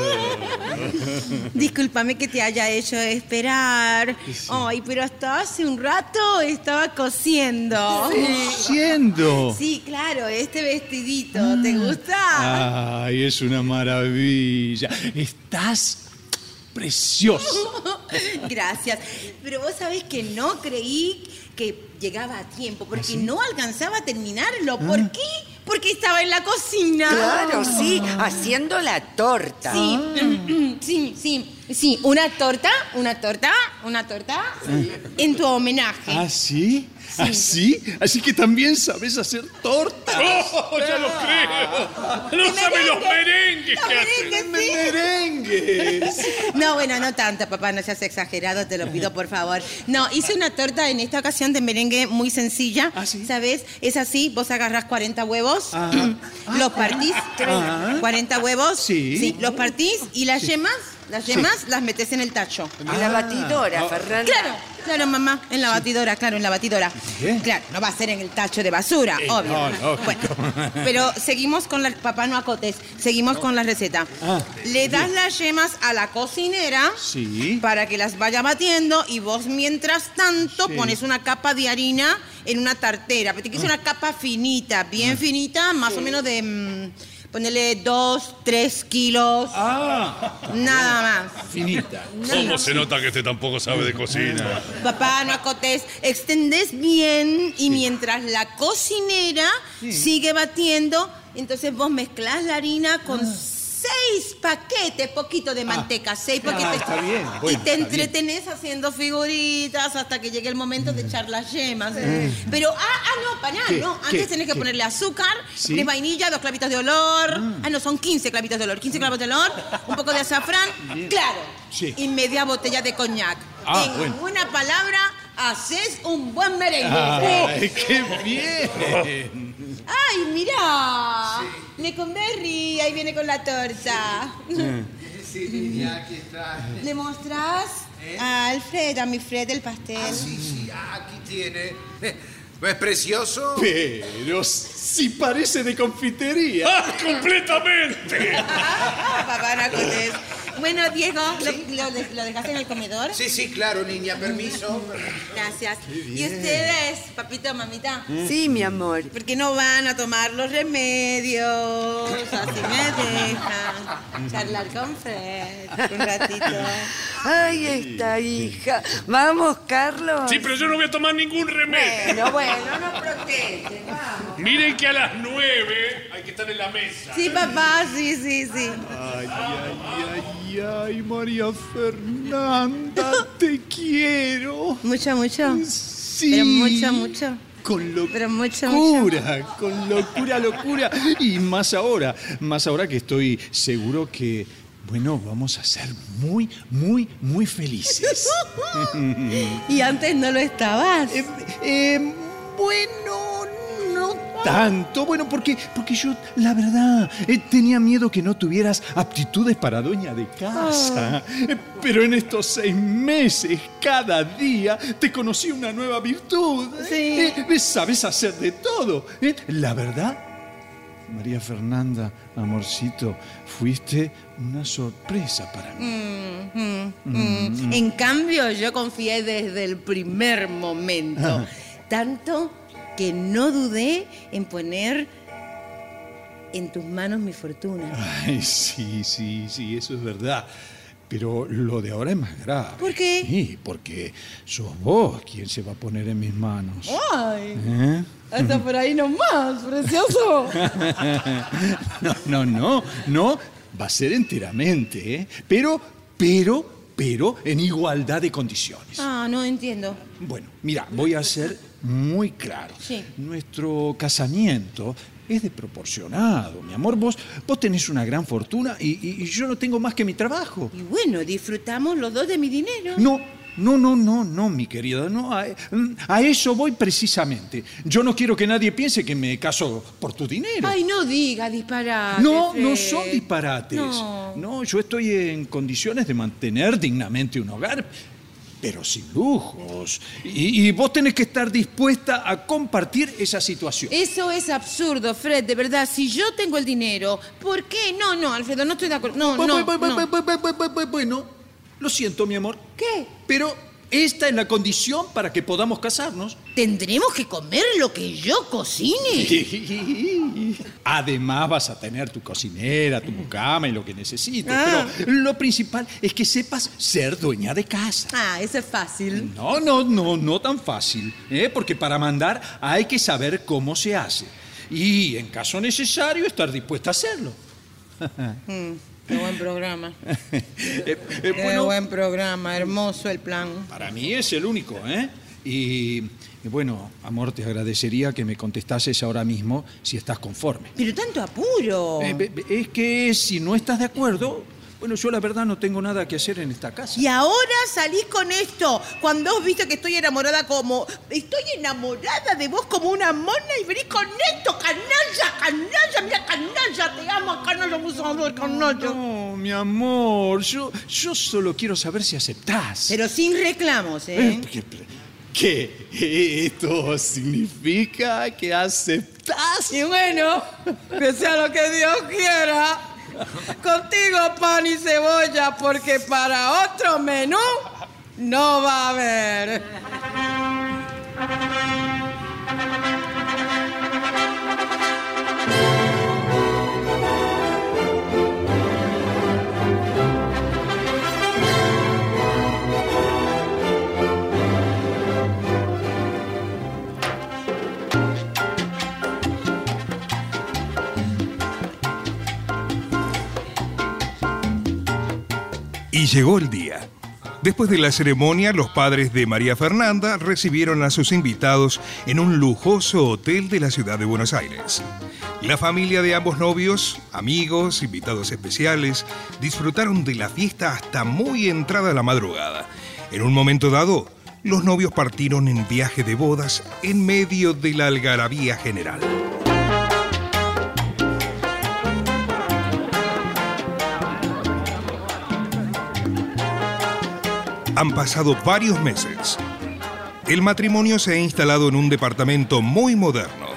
S8: Discúlpame que te haya hecho esperar. Ay, pero hasta hace un rato estaba cosiendo.
S12: ¡Siendo!
S8: Sí, claro, este vestidito, ¿te gusta?
S12: ¡Ay, es una maravilla! ¡Estás precioso!
S8: [laughs] Gracias. Pero vos sabés que no creí que llegaba a tiempo, porque no alcanzaba a terminarlo. ¿Por qué? Porque estaba en la cocina.
S5: Claro, sí, haciendo la torta.
S8: Sí, [clears throat] sí, sí, sí. Una torta, una torta, una torta en tu homenaje.
S12: ¿Ah, sí? ¿Así? Así que también sabes hacer tortas.
S6: ¡Oh, ya lo creo! ¡No sabe los merengues que hace!
S8: Merengue, sí.
S12: ¡Merengues!
S8: No, bueno, no tanto, papá, no seas exagerado, te lo pido por favor. No, hice una torta en esta ocasión de merengue muy sencilla.
S12: ¿Ah, sí? Ah.
S8: ¿Sabes? Es así, vos agarrás 40 huevos, [clears throat] los partís, 40 huevos,
S12: Sí.
S8: los partís y las yemas, las
S12: Sí. Ah.
S8: yemas las metes en el tacho.
S5: En la batidora, Fernanda.
S8: Claro, Claro, mamá, en la batidora, claro, en la batidora.
S12: ¿Qué?
S8: Claro, no va a ser en el tacho de basura,
S12: Eh,
S8: obvio.
S12: no, lógico.
S8: Bueno, pero seguimos con la... Papá, no acotes. Seguimos con la receta.
S12: Ah,
S8: Le das las yemas a la cocinera
S12: Sí.
S8: para que las vaya batiendo y vos mientras tanto
S12: Sí.
S8: pones una capa de harina en una tartera. Pero tiene que ser
S12: Ah.
S8: una capa finita, bien finita, más o menos de... mm, ponele dos, tres kilos.
S12: Ah.
S8: Nada más.
S6: Finita.
S8: Nada
S6: ¿Cómo se nota que este tampoco sabe de cocina?
S8: Papá, no acotes, extendés bien y mientras la cocinera sigue batiendo, entonces vos mezclás la harina con
S12: Ah.
S8: seis paquetes, poquito de manteca, seis paquetes.
S12: Ah, está bien, bueno,
S8: y te
S12: está
S8: entretenés haciendo figuritas hasta que llegue el momento de echar las yemas. Pero, ah, ah, no, para
S12: Mm. ¿Qué?
S8: no.
S12: ¿Qué?
S8: Antes tenés que
S12: ¿Qué?
S8: ponerle azúcar,
S12: ¿Sí?
S8: de vainilla, dos clavitos de olor. Ah, no, son 15 clavitos de olor, 15 clavos de olor, un poco de azafrán,
S12: Ah. Bien.
S8: claro.
S12: Sí.
S8: Y media botella de coñac.
S12: Ah,
S8: en
S12: bueno.
S8: una palabra, haces un buen merengue.
S12: ¡Ay,
S8: Sí.
S12: qué bien!
S8: ¡Ay, mirá! Le con berry, ahí viene con la torta.
S11: Sí, niña, aquí está.
S8: ¿Le mostrás a Alfred, a mi Fred, el pastel?
S11: Sí, sí, ¿Eh? ah, aquí tiene. Eh, ¿No es precioso?
S12: Pero si parece de confitería.
S6: ¡Ah, ¡Completamente!
S8: Ah, papá, no acotes. Bueno, Diego, ¿lo, lo, lo dejaste en el comedor?
S11: Sí, sí, claro, niña, permiso.
S8: Gracias.
S11: bien.
S8: ¿Y ustedes, papito, mamita?
S5: Mm.
S12: Mm.
S5: Sí, mi amor.
S8: Porque no van a tomar los remedios. Así me dejan charlar con Fred un ratito.
S5: Ahí está, hija. Vamos, Carlos.
S6: Sí, pero yo no voy a tomar ningún remedio.
S5: Bueno, bueno,
S8: no protestes, vamos.
S6: Miren que a las nueve hay que estar en la mesa.
S8: Sí, papá, sí, sí, sí.
S12: Ay, ay, ay, ay, María Fernanda, te quiero.
S8: Mucho, mucho.
S12: Sí.
S8: Pero mucho, mucho.
S12: Con locura,
S8: Pero mucho, mucho.
S12: locura, con locura, locura. Y más ahora, más ahora que estoy seguro que, bueno, vamos a ser muy, muy, muy
S6: [laughs]
S12: felices.
S8: Y antes no lo estabas.
S12: Eh, bueno, no Tanto, bueno, porque, porque yo, la verdad, eh, tenía miedo que no tuvieras aptitudes para dueña de casa. Eh, Pero en estos seis meses, cada día, te conocí una nueva virtud. Eh, sabes hacer de todo. Eh, La verdad, María Fernanda, amorcito, fuiste una sorpresa para mí.
S8: Mm, mm, mm. En cambio, yo confié desde el primer momento.
S12: Ajá.
S8: Tanto que no dudé en poner en tus manos mi fortuna.
S12: Ay, sí, sí, sí, eso es verdad. Pero lo de ahora es más grave.
S8: ¿Por qué?
S12: Sí, porque sos vos quien se va a poner en mis manos.
S7: ¡Ay!
S12: ¿Eh?
S7: Hasta
S12: [laughs]
S7: por ahí nomás, precioso.
S12: No, no, no, no. Va a ser enteramente, ¿eh? Pero, pero, pero en igualdad de condiciones.
S8: Ah, no entiendo.
S12: Bueno, mira, voy a ser muy claro.
S8: Sí.
S12: Nuestro casamiento es desproporcionado, mi amor. Vos, vos tenés una gran fortuna y- y- y yo no tengo más que mi trabajo.
S8: Y bueno, disfrutamos los dos de mi dinero.
S12: No, no, no, no, no, mi querida, no, a, a eso voy precisamente. Yo no quiero que nadie piense que me caso por tu dinero.
S7: Ay, no diga
S8: Ah,
S7: disparate.
S12: no, no
S7: Fred.
S12: son disparates.
S7: No.
S12: yo estoy en condiciones de mantener dignamente un hogar, pero sin lujos. Y, y vos tenés que estar dispuesta a compartir esa situación.
S7: Eso es absurdo, Fred, de verdad. Si yo tengo el dinero, ¿por qué? No, no, Alfredo, no estoy de acuerdo. No,
S12: Bu-
S7: no,
S12: bu- bu-
S7: no.
S12: bu- bu- bu- bu- bu- Bueno, lo siento, mi amor,
S7: ¿Qué?
S12: pero esta es la condición para que podamos casarnos.
S8: ¿Tendremos que comer lo que yo cocine?
S12: [laughs] Además vas a tener tu cocinera, tu mucama y lo que necesites.
S8: Ah.
S12: Pero lo principal es que sepas ser dueña de casa.
S8: Ah, eso es fácil.
S12: No, no, no, no tan fácil. ¿eh? Porque para mandar hay que saber cómo se hace. Y en caso necesario estar dispuesta a hacerlo. [laughs]
S8: Mm, qué buen programa.
S12: Eh, eh,
S8: Qué
S12: bueno,
S8: buen programa, hermoso el plan.
S12: Para mí es el único, ¿eh? Y y bueno, amor, te agradecería que me contestases ahora mismo si estás conforme.
S8: Pero tanto apuro.
S12: Eh, be- be- es que si no estás de acuerdo, Bueno, yo la verdad no tengo nada que hacer en esta casa.
S8: Y ahora salís con esto. Cuando has visto que estoy enamorada como. Estoy enamorada de vos como una mona y venís con esto, canalla, canalla, mira, canalla, te amo, canalla, abusador, canalla.
S12: No, mi amor, yo, yo solo quiero saber si aceptás.
S8: Pero sin reclamos, ¿eh?
S12: ¿Qué, qué esto significa que aceptás?
S7: Y bueno, que sea lo que Dios quiera. Contigo pan y cebolla, porque para otro menú no va a haber.
S2: Y llegó el día. Después de la ceremonia, los padres de María Fernanda recibieron a sus invitados en un lujoso hotel de la ciudad de Buenos Aires. La familia de ambos novios, amigos, invitados especiales, disfrutaron de la fiesta hasta muy entrada la madrugada. En un momento dado, los novios partieron en viaje de bodas en medio de la algarabía general. Han pasado varios meses. El matrimonio se ha instalado en un departamento muy moderno.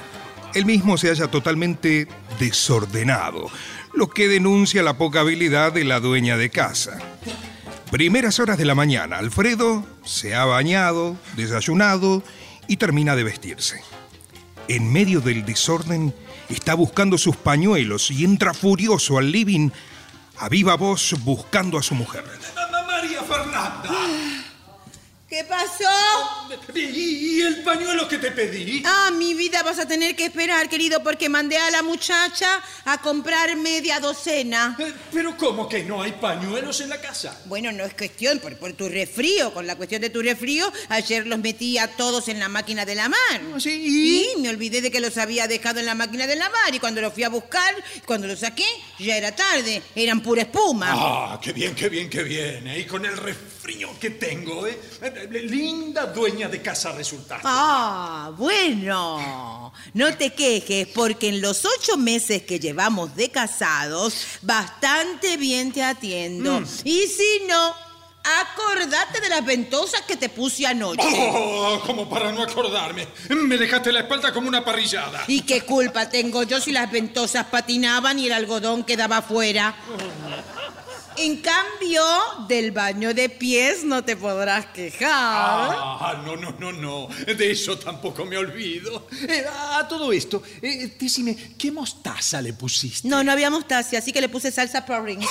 S2: El mismo se halla totalmente desordenado, lo que denuncia la poca habilidad de la dueña de casa. Primeras horas de la mañana, Alfredo se ha bañado, desayunado y termina de vestirse. En medio del desorden, está buscando sus pañuelos y entra furioso al living a viva voz buscando a su mujer.
S14: María Fernanda.
S8: ¿Qué pasó?
S14: ¿Y, y- y el pañuelo que te pedí?
S8: Ah, mi vida vas a tener que esperar, querido, porque mandé a la muchacha a comprar media docena.
S14: Eh, Pero ¿cómo que no hay pañuelos en la casa?
S8: Bueno, no es cuestión, por, por tu refrío. Con la cuestión de tu refrío, ayer los metí a todos en la máquina de la
S14: Ah,
S8: mano. ¿Sí? me olvidé de que los había dejado en la máquina de lavar y cuando los fui a buscar, cuando los saqué, ya era tarde. Eran pura espuma.
S14: Ah, qué bien, qué bien, qué bien. ¿eh? Y con el refrío que tengo, ¿eh? Linda dueña de casa resultaste.
S8: Ah, bueno. No te quejes, porque en los ocho meses que llevamos de casados, bastante bien te atiendo. Y si no, acordate de las ventosas que te puse anoche.
S12: [laughs]
S14: Oh, como para no acordarme. Me dejaste la espalda como una parrillada.
S8: ¿Y qué culpa tengo yo si las ventosas patinaban y el algodón quedaba afuera? En cambio, del baño de pies no te podrás quejar.
S12: Ah, no, no, no, no. De eso tampoco me olvido. Eh, a todo esto, eh, decime, ¿qué mostaza le pusiste?
S8: No, no había mostaza, así que le puse salsa porridge.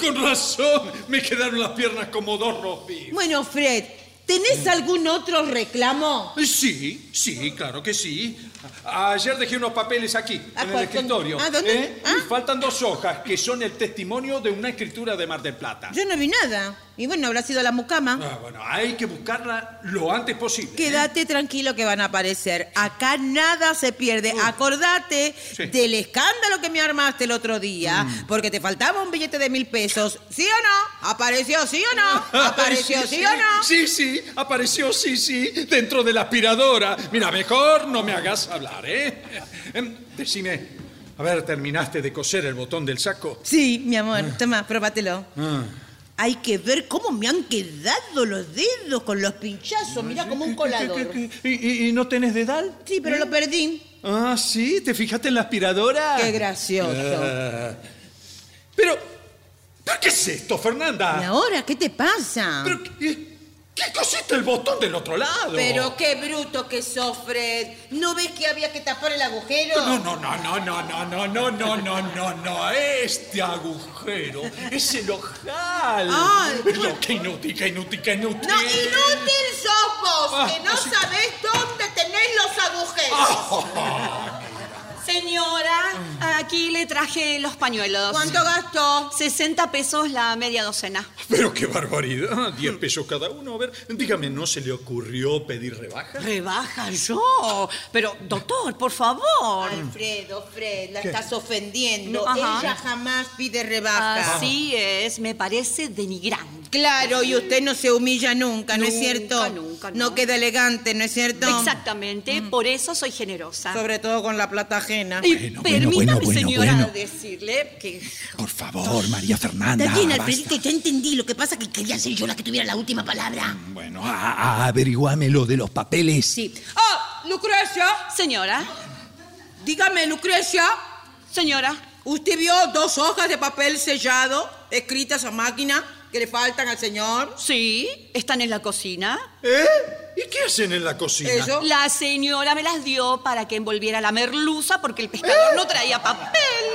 S14: Con razón, me quedaron las piernas como dos ropi.
S8: Bueno, Fred, ¿tenés algún otro reclamo?
S14: Sí, sí, claro que sí. A- Ayer dejé unos papeles aquí, en el
S8: cuál?
S14: escritorio.
S8: ¿Ah, dónde?
S14: ¿eh? Y faltan dos hojas que son el testimonio de una escritura de Mar del Plata.
S8: Yo no vi nada. Y bueno, habrá sido la
S14: Ah,
S8: mucama.
S14: bueno, hay que buscarla lo antes posible. ¿eh?
S8: Quédate tranquilo que van a aparecer. Acá nada se pierde. Acordate del escándalo que me armaste el otro día,
S12: Mm.
S8: porque te faltaba un billete de mil pesos. ¿Sí o no? ¿Apareció, sí o no?
S12: [laughs]
S8: ¿Apareció, sí, o no?
S14: Sí, sí, apareció, sí, sí, dentro de la aspiradora. Mira, mejor no me hagas hablar, ¿eh? Em, Decime, a ver, ¿terminaste de coser el botón del saco?
S8: Sí, mi amor. Toma, próbatelo.
S14: Ah.
S8: Hay que ver cómo me han quedado los dedos con los pinchazos. Mirá como un colador.
S12: ¿Y, y- y no tenés dedal?
S8: Sí, pero lo perdí.
S12: Ah, sí, ¿te fijaste en la aspiradora?
S8: Qué gracioso.
S12: Ah.
S14: Eh, Pero, ¿pero qué es esto, Fernanda?
S8: ¿Y ahora qué te pasa?
S14: ¿Qué cosiste el botón del otro lado?
S8: Pero qué bruto que sos, Fred. ¿No ves que había que tapar el agujero?
S14: No, no, no, no, no, no, no, no, no, no, no, no. Este agujero es el ojal.
S8: Ay.
S14: No, qué inútil, qué inútil, qué inútil.
S8: No, inútil sos
S12: Ah, Oh.
S8: vos, que no sabés dónde tenés los agujeros.
S14: Ah,
S8: Se
S15: Señora, aquí le traje los pañuelos.
S8: ¿Cuánto
S15: gastó? 60 pesos la media docena.
S12: Pero qué barbaridad. 10 pesos cada uno. A ver, dígame, ¿no se le ocurrió pedir rebaja?
S15: Rebaja yo. Pero, doctor, por favor.
S12: Mm.
S8: Alfredo, Fred, la
S15: ¿Qué?
S8: estás ofendiendo.
S15: Ajá.
S8: Ella jamás pide rebaja.
S15: Así es, me parece denigrante.
S8: Claro, y usted no se humilla nunca, ¿no es
S15: Nunca,
S8: cierto?
S15: nunca,
S8: No queda elegante, ¿no es cierto?
S15: Exactamente, por eso soy generosa.
S8: Mm. Sobre todo con la plata ajena.
S15: Y permítame,
S16: bueno, bueno,
S15: señora,
S16: bueno.
S15: decirle que.
S16: Por favor, María Fernanda.
S17: Está bien,
S16: basta.
S17: Alfredito, ya entendí. Lo que pasa es que quería ser yo la que tuviera la última palabra.
S16: Bueno, a- a- averiguame lo de los papeles.
S17: Sí.
S15: ¡Ah! ¡Lucrecia! Señora.
S8: Dígame, Lucrecia.
S15: Señora.
S8: ¿Usted vio dos hojas de papel sellado escritas a máquina que le faltan al señor?
S15: Sí, están en la cocina.
S12: ¿Eh? ¿Y qué hacen en la cocina?
S15: La señora me las dio para que envolviera la merluza porque el pescador no traía papel.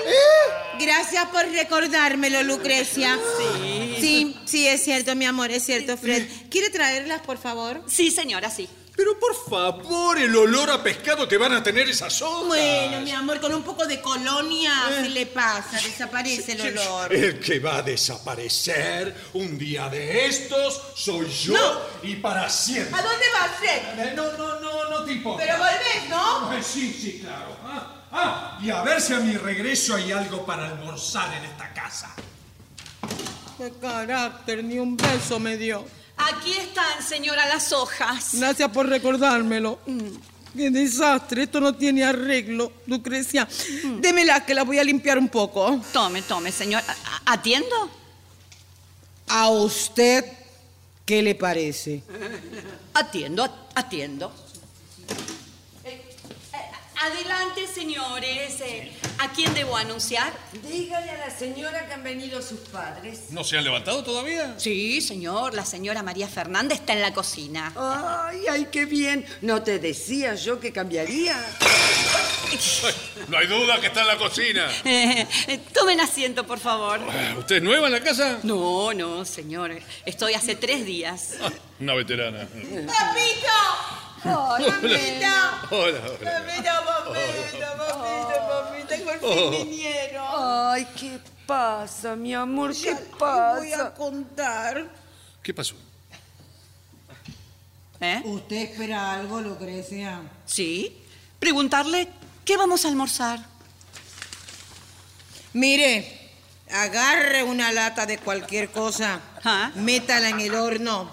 S12: Eh.
S8: Gracias por recordármelo, Lucrecia. Sí. Sí, sí, es cierto, mi amor, es cierto, Fred. ¿Quiere traerlas, por favor?
S15: Sí, señora, sí.
S12: Pero por favor, el olor a pescado que van a tener esas hojas.
S8: Bueno, mi amor, con un poco de colonia se le pasa, desaparece el olor.
S12: El que va a desaparecer un día de estos soy yo y para siempre.
S15: ¿Ah,
S8: ¿A dónde vas, Fred?
S12: No, no, no, no te importa.
S8: Pero volvés, ¿no?
S12: Eh, Sí, sí, claro. Ah, ah, y a ver si a mi regreso hay algo para almorzar en esta casa.
S7: Qué carácter, ni un beso me dio.
S15: Aquí están, señora, las hojas.
S7: Gracias por recordármelo. Mm, Qué desastre, esto no tiene arreglo, Lucrecia.
S8: Mm.
S7: Démelas que las voy a limpiar un poco.
S15: Tome, tome, señora. A- ¿Atiendo?
S17: ¿A usted qué le parece?
S15: Atiendo, at- atiendo. Eh, eh, Adelante, señores. Eh, ¿A quién debo anunciar?
S5: Dígale a la señora que han venido sus padres.
S6: ¿No se han levantado todavía?
S15: Sí, señor. La señora María Fernanda está en la cocina.
S5: Ay, ay, qué bien. No te decía yo que cambiaría.
S6: No hay duda que está en la cocina.
S15: Eh, eh, [laughs] tomen asiento, por favor.
S6: ¿Usted es nueva en la casa?
S15: No, no, señor. Estoy hace
S6: [laughs]
S15: tres días.
S6: Una veterana.
S8: ¡Papito!
S6: Hola.
S8: ¡Papito!
S6: Hola, hola.
S8: Papito, papito, papito, papito, por fin
S6: Oh.
S8: vinieron.
S5: Ay, ¿qué pasa, mi amor? ¿Qué
S8: Te voy a
S5: pasa?
S8: contar.
S6: ¿Qué pasó?
S17: ¿Usted espera algo, Lucrecia?
S15: ¿eh? Sí. Preguntarle qué vamos a almorzar.
S8: Mire, agarre una lata de cualquier cosa, métala en el horno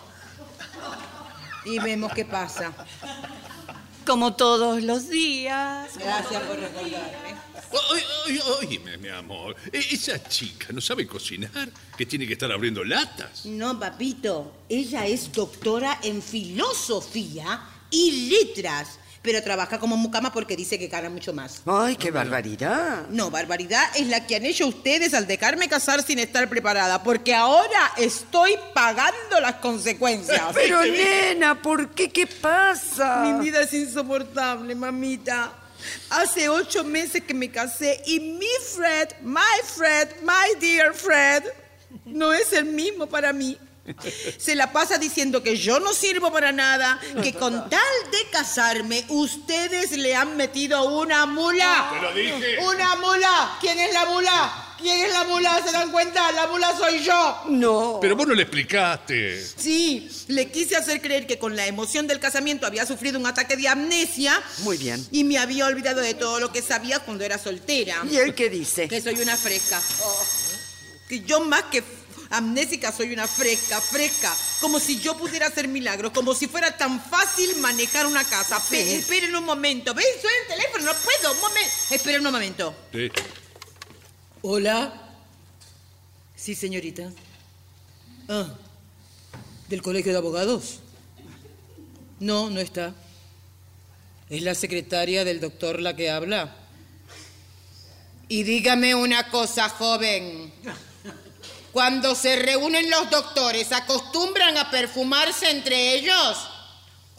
S8: y vemos qué pasa.
S15: Como todos los días.
S8: Gracias por recordarme.
S6: Oye, oye, mi amor, e- esa chica no sabe cocinar, que tiene que estar abriendo latas.
S8: No, papito, ella es doctora en filosofía y letras, pero trabaja como mucama porque dice que gana mucho más.
S5: Ay, qué barbaridad.
S8: No, barbaridad es la que han hecho ustedes al dejarme casar sin estar preparada, porque ahora estoy pagando las consecuencias.
S5: Pero nena, ¿por qué? ¿Qué pasa?
S7: Mi vida es insoportable, mamita. Hace ocho meses que me casé y mi Fred, my Fred, my dear Fred, no es el mismo para mí.
S8: Se la pasa diciendo que yo no sirvo para nada, que con tal de casarme, ustedes le han metido una mula.
S6: Te lo dije.
S8: ¡Una mula! ¿Quién es la mula? ¿Quién es la mula? ¿Se dan cuenta? La mula soy yo.
S5: No.
S6: Pero vos no le explicaste.
S8: Sí, le quise hacer creer que con la emoción del casamiento había sufrido un ataque de amnesia
S5: Muy bien.
S8: y me había olvidado de todo lo que sabía cuando era soltera.
S5: ¿Y él qué dice?
S8: Que soy una fresca. Que yo más que amnésica soy una fresca, fresca. Como si yo pudiera hacer milagros, como si fuera tan fácil manejar una casa. Pe- esperen un momento. Ven, suena el teléfono, no puedo. Un momento. Esperen un momento.
S6: Sí.
S17: Hola. Sí, señorita. Ah, ¿del colegio de abogados? No, no está. ¿Es la secretaria del doctor la que habla?
S8: Y dígame una cosa, joven. Cuando se reúnen los doctores, ¿acostumbran a perfumarse entre ellos?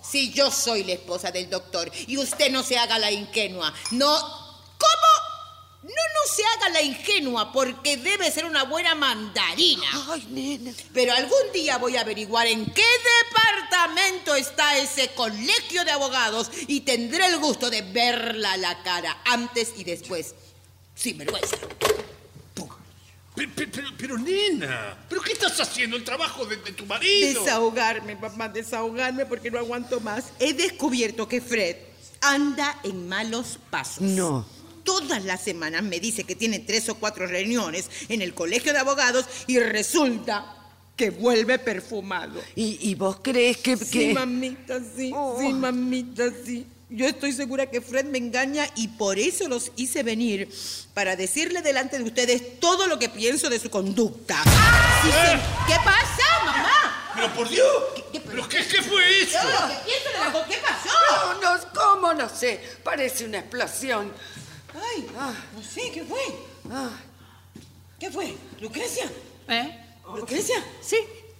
S8: Si yo soy la esposa del doctor y usted no se haga la ingenua, no... ¿Cómo? No, no se haga la ingenua porque debe ser una buena mandarina.
S5: Ay, nena.
S8: Pero algún día voy a averiguar en qué departamento está ese colegio de abogados y tendré el gusto de verla a la cara antes y después. Sin vergüenza.
S6: Pero, pero- pero, nena, ¿pero qué estás haciendo? El trabajo de, de tu marido.
S7: Desahogarme, papá, desahogarme porque no aguanto más.
S8: He descubierto que Fred anda en malos pasos.
S5: No.
S8: Todas las semanas me dice que tiene tres o cuatro reuniones en el colegio de abogados y resulta que vuelve perfumado.
S5: ¿Y, y vos crees que.?
S7: Sí,
S5: que- Oh.
S7: mamita, sí, sí, mamita, sí.
S8: Yo estoy segura que Fred me engaña y por eso los hice venir para decirle delante de ustedes todo lo que pienso de su conducta. Sí, sí. ¿Qué pasa, mamá?
S6: Pero ¡Ah! Eh. por Dios, ¿pero qué, qué fue eso?
S8: Todo lo que pienso de la co- ¿Qué pasó?
S5: No, no, ¿cómo no sé? Parece una explosión.
S7: Ay, no sé, ¿qué fue? ¿Qué fue? ¿Lucrecia?
S15: ¿Eh?
S7: ¿Lucrecia?
S15: Sí,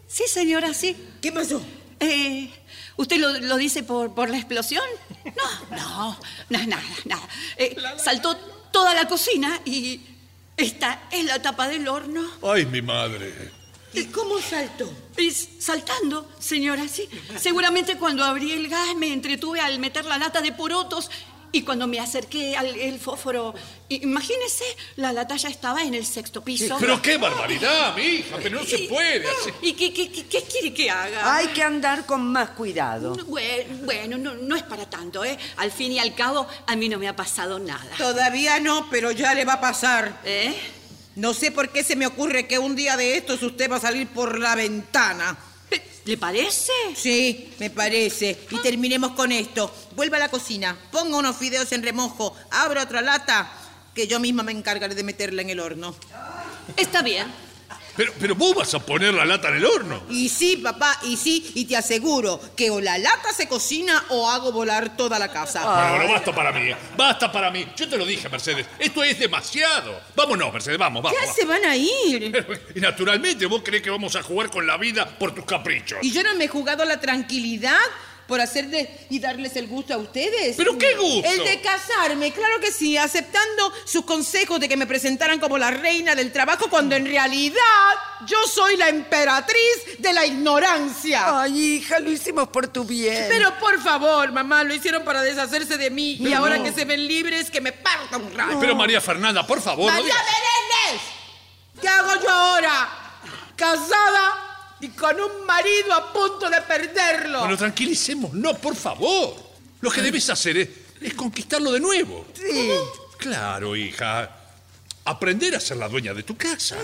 S15: sí, señora, sí.
S7: ¿Qué pasó?
S15: Eh, ¿Usted lo, lo dice por, por la explosión? No, no, no, nada, nada. Eh, saltó toda la cocina y esta es la tapa del horno.
S6: Ay, mi madre.
S15: ¿Y cómo saltó? saltando, señora, sí. Seguramente cuando abrí el gas me entretuve al meter la lata de porotos y cuando me acerqué al el fósforo, i- imagínese, la lata ya estaba en el sexto piso.
S6: Pero qué barbaridad, mi hija, pero no se puede así.
S15: ¿Y qué, qué- qué- qué quiere que haga?
S5: Hay que andar con más cuidado.
S15: Bueno, bueno, no, no es para tanto, ¿eh? Al fin y al cabo, a mí no me ha pasado nada.
S8: Todavía no, pero ya le va a pasar.
S15: ¿Eh?
S8: No sé por qué se me ocurre que un día de estos usted va a salir por la ventana.
S15: ¿Le parece?
S8: Sí, me parece. Y terminemos con esto. Vuelva a la cocina, ponga unos fideos en remojo, abra otra lata, que yo misma me encargaré de meterla en el horno.
S15: Está bien.
S6: Pero, pero vos vas a poner la lata en el horno.
S8: Y sí, papá, y sí, y te aseguro que o la lata se cocina o hago volar toda la casa.
S6: Bueno, bueno, basta para mí, eh. basta para mí. Yo te lo dije, Mercedes, esto es demasiado. Vámonos, Mercedes, vamos, vamos.
S8: ya se van a ir.
S6: vamos. Y naturalmente, vos crees que vamos a jugar con la vida por tus caprichos.
S8: ¿Y yo no me he jugado la tranquilidad por hacerles y darles el gusto a ustedes?
S6: ¿Pero qué gusto?
S8: El de casarme, claro que sí, aceptando sus consejos de que me presentaran como la reina del trabajo cuando en realidad yo soy la emperatriz de la ignorancia.
S5: Ay, hija, lo hicimos por tu bien.
S8: Pero por favor, mamá, lo hicieron para deshacerse de mí y
S6: Pero
S8: ahora
S6: no.
S8: que se ven libres que me parta un rayo.
S6: Pero María Fernanda, por favor, no
S8: ¡María
S6: digas-
S8: Menéndez! ¿Qué hago yo ahora? Casada y con un marido a punto de perderlo.
S6: Bueno, tranquilicemos, no, por favor. Lo que debes hacer es, es conquistarlo de nuevo.
S5: Sí.
S6: Claro, hija. Aprender a ser la dueña de tu casa.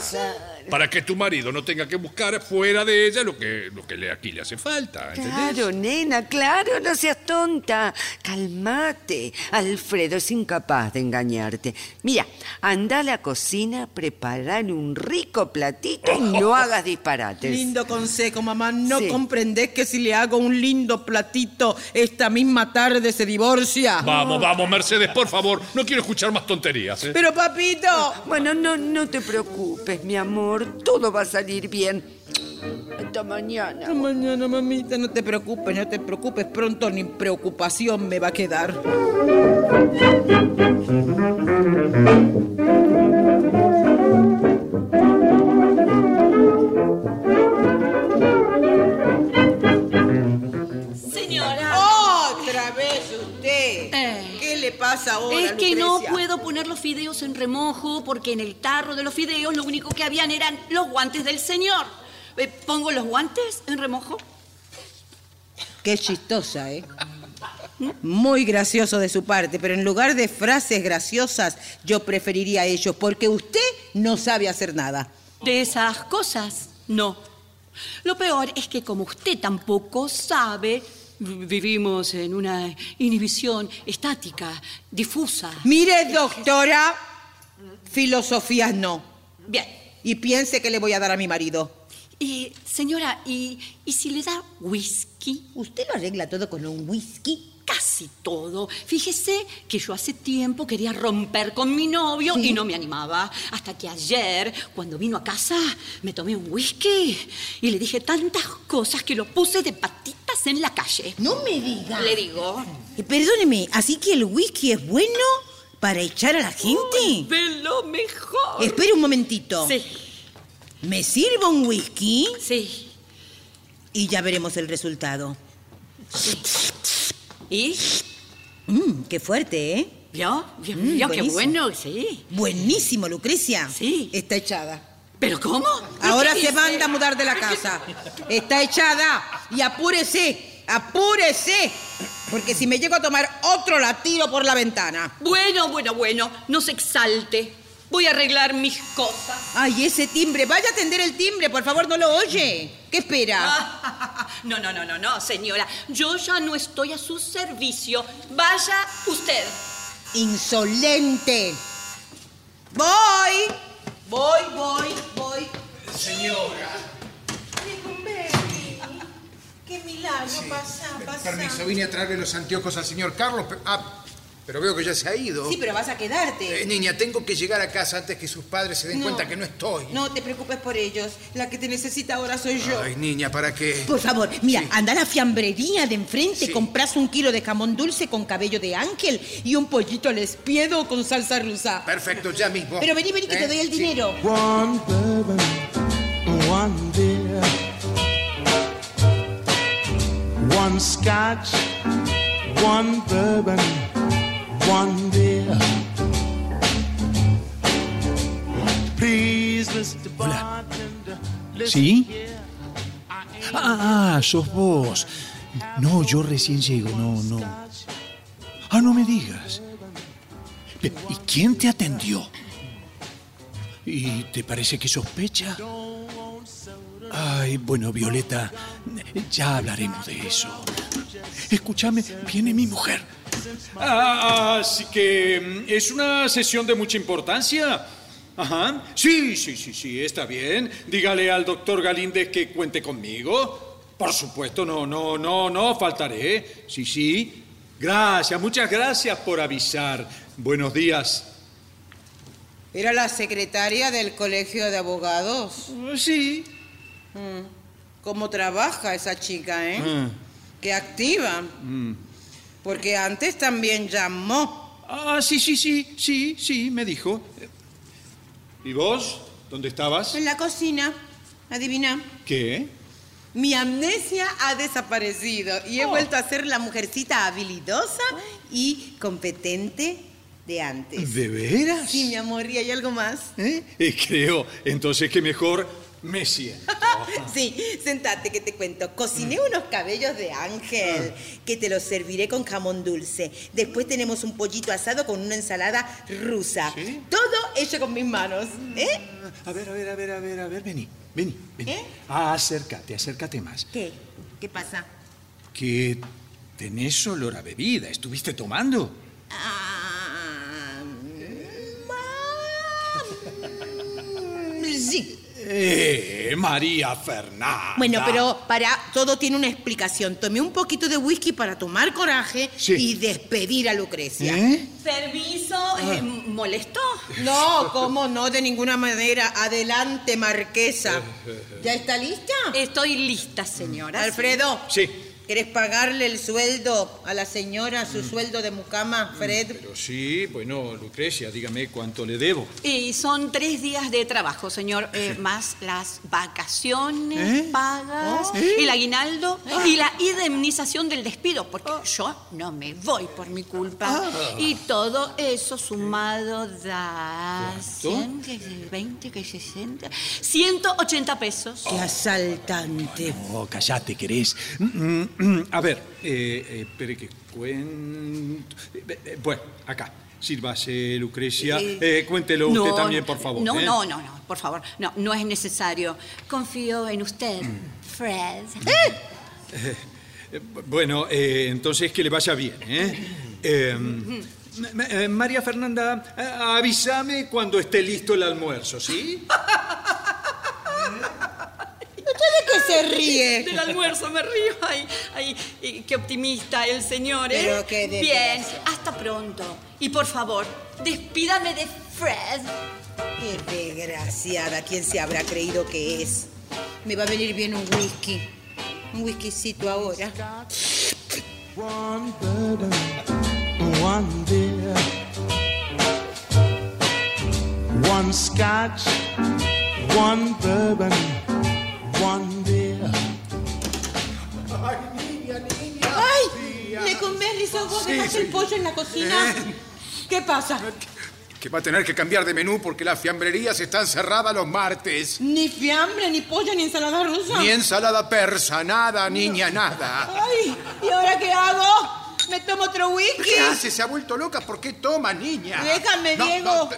S6: Para que tu marido no tenga que buscar fuera de ella lo que, lo que le- aquí le hace falta. ¿entendés?
S5: Claro, nena, claro, no seas tonta. Calmate. Alfredo es incapaz de engañarte. Mira, anda a la cocina, preparar un rico platito y
S8: [laughs]
S5: no hagas disparates.
S8: Lindo consejo, mamá. ¿No
S5: Sí.
S8: comprendés que si le hago un lindo platito esta misma tarde se divorcia?
S6: Vamos, vamos, Mercedes, por favor. No quiero escuchar más tonterías. ¿eh?
S8: papito.
S5: Bueno, no, no te preocupes, mi amor. Todo va a salir bien. Hasta mañana.
S8: Hasta mañana, mamita. No te preocupes, no te preocupes. Pues Pronto ni preocupación me va a quedar.
S15: Señora.
S8: Oh, Otra vez usted.
S15: Eh.
S8: ¿Qué le pasa ahora?
S15: Es que no
S8: Lucrecia?
S15: puedo poner los fideos en remojo porque en el tarro de los fideos lo único que habían eran los guantes del señor. Eh, ¿Pongo los guantes en remojo?
S8: Qué chistosa, ¿eh? Muy gracioso de su parte, pero en lugar de frases graciosas, yo preferiría ellos, porque usted no sabe hacer nada.
S15: De esas cosas, no. Lo peor es que como usted tampoco sabe, vi- vivimos en una inhibición estática, difusa.
S8: Mire, doctora, filosofías no.
S15: Bien.
S8: Y piense que le voy a dar a mi marido.
S15: Y, señora, ¿y, y si le da whisky?
S8: ¿Usted lo arregla todo con un whisky?
S15: Casi todo. Fíjese que yo hace tiempo quería romper con mi novio y no me animaba. Hasta que ayer, cuando vino a casa, me tomé un whisky y le dije tantas cosas que lo puse de patitas en la calle.
S8: No me diga.
S15: Le digo.
S8: Eh, Perdóneme, ¿así que el whisky es bueno para echar a la gente?
S15: De lo mejor.
S8: Espere un momentito.
S15: Sí.
S8: ¿Me sirvo un whisky?
S15: Sí.
S8: Y ya veremos el resultado.
S15: ¿Y?
S8: Mm, qué fuerte, ¿eh?
S15: ¿Vio? ¿Vio?
S8: Mm,
S15: ¿Vio? qué
S8: buenísimo.
S15: bueno, sí.
S8: Buenísimo, Lucrecia. Sí. Está echada.
S15: ¿Pero cómo?
S8: Ahora
S15: ¿Qué
S8: se
S15: dice?
S8: manda a mudar de la casa. Está echada. Y apúrese, apúrese. Porque si me llego a tomar otro, la tiro por la ventana.
S15: Bueno, bueno, bueno, no se exalte. Voy a arreglar mis cosas.
S8: Ay, ese timbre. Vaya a atender el timbre, por favor, no lo oye. ¿Qué espera?
S15: Ah. No, no, no, no, no, señora. Yo ya no estoy a su servicio. Vaya usted.
S8: Insolente. Voy. Voy, voy, voy.
S4: Señora.
S18: Qué milagro, pasa, pasa.
S4: Permiso, vine a traerle los anteojos al señor Carlos. Pero, ah, pero veo que ya se ha ido.
S18: Sí, pero vas a quedarte.
S4: Eh, niña, tengo que llegar a casa antes que sus padres se den
S18: No.
S4: cuenta que no estoy.
S18: No te preocupes por ellos. La que te necesita ahora soy yo.
S4: Ay, niña, ¿para qué?
S8: Por favor, mira, anda a la fiambrería de enfrente, compras un kilo de jamón dulce con cabello de ángel y un pollito al espiedo con salsa rusa.
S4: Perfecto, ya mismo.
S8: Pero vení, vení, que
S4: ¿Eh?
S8: te doy el dinero.
S19: One bourbon, one beer, one scotch, one bourbon, one beer. Please, Mr. Bartender.
S20: ¿Sí? Ah, sos vos. No, yo recién llego, no, no. Ah, no me digas. Pe- ¿Y quién te atendió? ¿Y te parece que sospecha? Ay, bueno, Violeta, ya hablaremos de eso. Escúchame, viene mi mujer.
S12: Ah, así que mm, es una sesión de mucha importancia. Ajá. Sí, sí, sí, sí, está bien. Dígale al doctor Galíndez que cuente conmigo. Por supuesto, no, no, no, no, faltaré. Sí, sí. Gracias, muchas gracias por avisar. Buenos días.
S8: ¿Era la secretaria del colegio de abogados?
S12: Ah,
S8: Mm.
S12: Sí.
S8: ¿Cómo trabaja esa chica, eh?
S4: Mm.
S8: Qué activa.
S12: Mm.
S8: Porque antes también llamó.
S12: Ah, sí, sí, sí, sí, sí, me dijo. ¿Y vos? ¿Dónde estabas?
S18: En la cocina. Adivina.
S12: ¿Qué?
S18: Mi amnesia ha desaparecido y
S12: Oh.
S18: he vuelto a ser la mujercita habilidosa y competente de antes.
S12: ¿De veras?
S18: Sí, mi amor, y hay algo más.
S12: Eh, creo, entonces que mejor me siento.
S18: [laughs] Sí, sentate que te cuento. Cociné
S12: Mm.
S18: unos cabellos de ángel
S12: Ah.
S18: que te los serviré con jamón dulce. Después tenemos un pollito asado con una ensalada rusa. Todo hecho con mis manos.
S12: Mm.
S18: ¿Eh?
S20: A ver, a ver, a ver, a ver, a ver, vení, vení, vení.
S8: ¿Eh?
S20: Ah, acércate, acércate más.
S18: ¿Qué? ¿Qué pasa?
S20: Que tenés olor a bebida, ¿estuviste tomando?
S8: Sí.
S12: Eh, María Fernanda.
S8: Bueno, pero para todo tiene una explicación. Tomé un poquito de whisky para tomar coraje
S12: Sí. ¿Eh?
S8: y despedir a Lucrecia.
S15: Permiso,
S8: Ah.
S15: eh, ¿molestó?
S8: No, cómo no, de ninguna manera. Adelante,
S12: [laughs]
S8: marquesa. ¿Ya está lista?
S15: Estoy lista, señora.
S8: Alfredo.
S12: Sí.
S8: ¿Querés pagarle el sueldo a la señora,
S12: Mm.
S8: su sueldo de mucama, Fred?
S12: Pero sí, bueno, Lucrecia, dígame cuánto le debo.
S15: Y son tres días de trabajo, señor, eh, más las vacaciones
S12: ¿Eh?
S15: pagas,
S12: Oh, Ah. ¿eh?
S15: el aguinaldo y la indemnización del despido, porque yo no me voy por mi culpa.
S12: Ah.
S15: Y todo eso sumado da 100, que 20, que 60, 180 pesos.
S12: Ah,
S8: ¡Qué asaltante!
S20: Oh, callate, querés.
S12: Mm, mm, A ver, eh, eh, espere que cuento. Eh, eh, bueno, acá. Sírvase, Lucrecia.
S15: Eh,
S12: Eh, cuéntelo
S15: no,
S12: usted también, por favor.
S15: No,
S12: ¿eh?
S15: no, no, no, por favor. No, no es necesario. Confío en usted, Fred.
S12: Eh, [laughs] eh, bueno, eh, entonces que le vaya bien, ¿eh? Em, Ma- ma- eh, María Fernanda, a- avísame cuando esté listo el almuerzo, ¿sí?
S8: ¿Usted de qué se ríe?
S15: [laughs] Del almuerzo me río. Ay, ay, y qué optimista el señor, ¿eh?
S8: Pero qué
S15: Bien,
S8: desgracia.
S15: hasta pronto. Y por favor, despídame de Fred.
S8: ¡Qué desgraciada! ¿Quién se habrá creído que es? Me va a venir bien un whisky. Un whiskycito ahora.
S19: One bourbon, one beer, one scotch, one bourbon, one beer.
S4: Ay, niña, niña.
S7: Harrison, vos
S4: Sí,
S7: dejaste
S4: sí. Eh.
S7: el pollo en la cocina. ¿Qué pasa?
S4: Que va a tener que cambiar de menú porque las fiambrerías están cerradas los martes.
S7: Ni fiambre, ni pollo, ni ensalada rusa.
S4: Ni ensalada persa, nada, niña,
S8: [laughs]
S4: nada.
S7: Ay, ¿y ahora qué hago? ¿Me tomo otro whisky?
S4: ¿Qué hace? Se ha vuelto loca. ¿Por qué toma, niña?
S7: Déjame,
S4: No,
S7: Diego.
S4: no,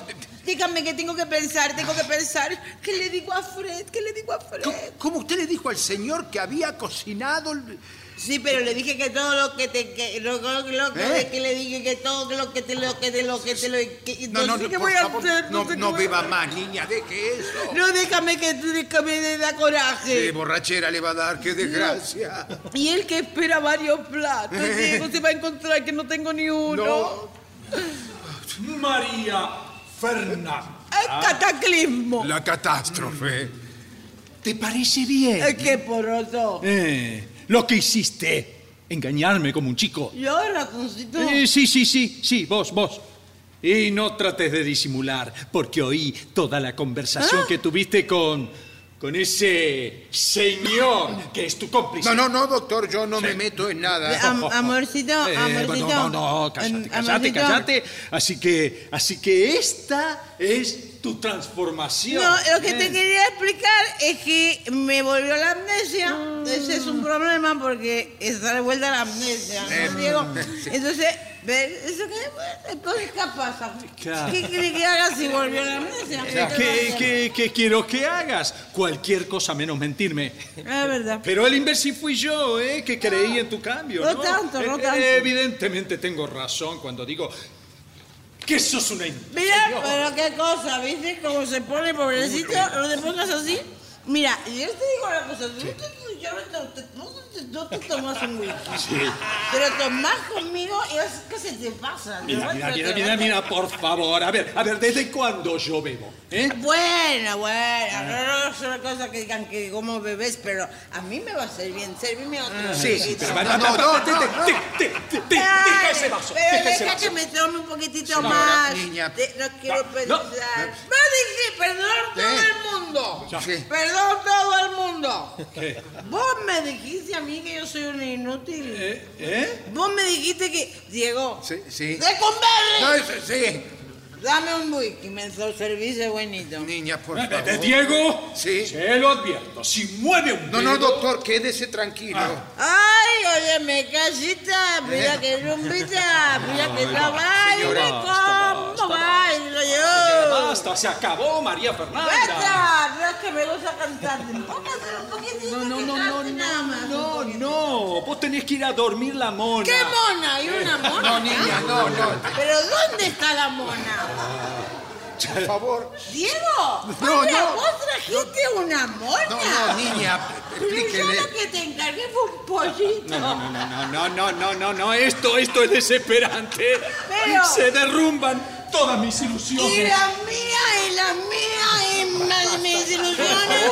S7: Dígame que tengo que pensar, tengo que pensar. ¿Qué le digo a Fred? ¿Qué le digo a Fred?
S4: ¿Cómo usted le dijo al señor que había cocinado? el-
S8: Sí, pero le dije que todo lo que te que, lo, lo- lo que,
S4: ¿Eh?
S8: que le dije que todo lo que te lo que te lo que te lo que,
S4: No, no, no,
S8: ¿qué
S4: por
S8: voy a
S4: favor,
S8: hacer?
S4: no,
S8: sé qué
S4: no
S8: voy a-
S4: beba más, niña, deje eso.
S8: No, déjame que déjame de da coraje.
S4: Qué borrachera le va a dar, qué desgracia.
S8: Y él que espera varios platos, Diego, se va a encontrar que no tengo ni uno.
S21: María Fernanda.
S12: Ah.
S8: cataclismo.
S4: La catástrofe.
S12: ¿Te parece bien?
S8: ¡Qué poroso!
S12: Eh, lo que hiciste. Engañarme como un chico.
S8: Yo, Raconcito.
S12: Eh, sí, sí, sí, sí, vos, vos. Y no trates de disimular, porque oí toda la conversación
S8: Ah.
S12: que tuviste con. con ese señor que es tu cómplice.
S4: No, no, no, doctor, yo no me meto en nada.
S8: Am- amorcito,
S12: Eh,
S8: amorcito.
S12: No, no, no, cállate,
S8: Am-
S12: cállate,
S8: amorcito.
S12: cállate. Así que, así que esta es tu transformación.
S8: No, lo que
S12: Eh.
S8: te quería explicar es que me volvió la amnesia. Ese
S12: Mm.
S8: es un problema porque está de vuelta la amnesia, ¿no,
S12: Eh, [laughs]
S8: Diego?
S12: sí.
S8: Entonces, ¿ves? Eso que cosas que pasan.
S12: Claro.
S8: ¿Qué quiere que haga si volvió la amnesia?
S12: ¿Qué, qué- qué quiero que hagas? Cualquier cosa menos mentirme.
S8: Es verdad.
S12: Pero el imbécil fui yo, ¿eh? Que creí en tu cambio.
S8: No
S12: No,
S8: tanto, no
S12: Eh,
S8: tanto.
S12: Evidentemente tengo razón cuando digo que sos una... in-
S8: Mira, pero qué cosa, ¿viste? Cómo se pone pobrecito, no te pongas así. Mira, yo te digo una cosa, tú, tú- yo no te- te- no te- no te tomas un whisky, pero tomás conmigo y es que se te pasa. te
S12: Mira,
S8: vas-
S12: mira,
S8: te
S12: mira,
S8: vas-
S12: mira, mira, por favor. A ver, a ver, ¿desde cuándo yo bebo? ¿Eh? Ah.
S8: Bueno, bueno, no, no es una cosa que digan que como bebés, pero a mí me va a hacer bien, servirme otro.
S12: Sí, Ah, sí,
S8: poquitito.
S12: pero- no, no, no, te- te- te- te- te- deja ese vaso,
S8: Pero
S12: deja ese
S8: deja
S12: vaso.
S8: que me tome un poquitito
S12: Señora,
S8: más.
S12: niña.
S8: Te- no quiero pensar.
S12: no.
S8: No, dije, perdón todo
S12: Eh.
S8: el mundo.
S12: Ya. Sí.
S8: Perdón todo el mundo.
S12: ¿Qué?
S8: Vos me dijiste a mí que yo soy un inútil.
S12: ¿Eh?
S8: Vos me dijiste que. Diego.
S4: Sí, sí.
S8: ¡De Conberry!
S4: No, eso- sí.
S8: Dame un whisky, me lo servicio buenito.
S4: Niña, por
S12: Eh,
S4: favor.
S12: eh, Diego,
S4: Sí.
S12: se lo advierto, si mueve un
S4: No, no,
S12: dedo- Ah.
S4: doctor, quédese tranquilo.
S8: Ay, oye, me casita, mira que rumbita, mira que
S12: Ay,
S8: la baile,
S12: señora,
S8: cómo bailo
S12: Señora,
S8: yo.
S12: Basta, se acabó, María Fernanda.
S8: Basta, no es que me gusta cantar. Póngase un poquitito
S12: No,
S8: que
S12: no, no,
S8: cante nada más.
S12: No, no, vos tenés que ir a dormir la mona.
S8: ¿Qué mona? ¿Hay una mona?
S12: No, niña, no, no.
S8: ¿Pero dónde está la mona?
S12: Ah,
S4: Por favor.
S8: ¿Diego?
S4: No,
S8: Ahora,
S4: no.
S8: ¿Vos trajiste una mona?
S4: No, no, niña,
S8: Pero yo
S4: explíquele.
S8: lo que te encargué fue un pollito.
S12: No, no, no, no, no, no, no, no, no, esto, esto es desesperante.
S8: Pero-
S12: Se derrumban todas mis ilusiones.
S8: Y la mía, y la mía, y ma- mis ilusiones.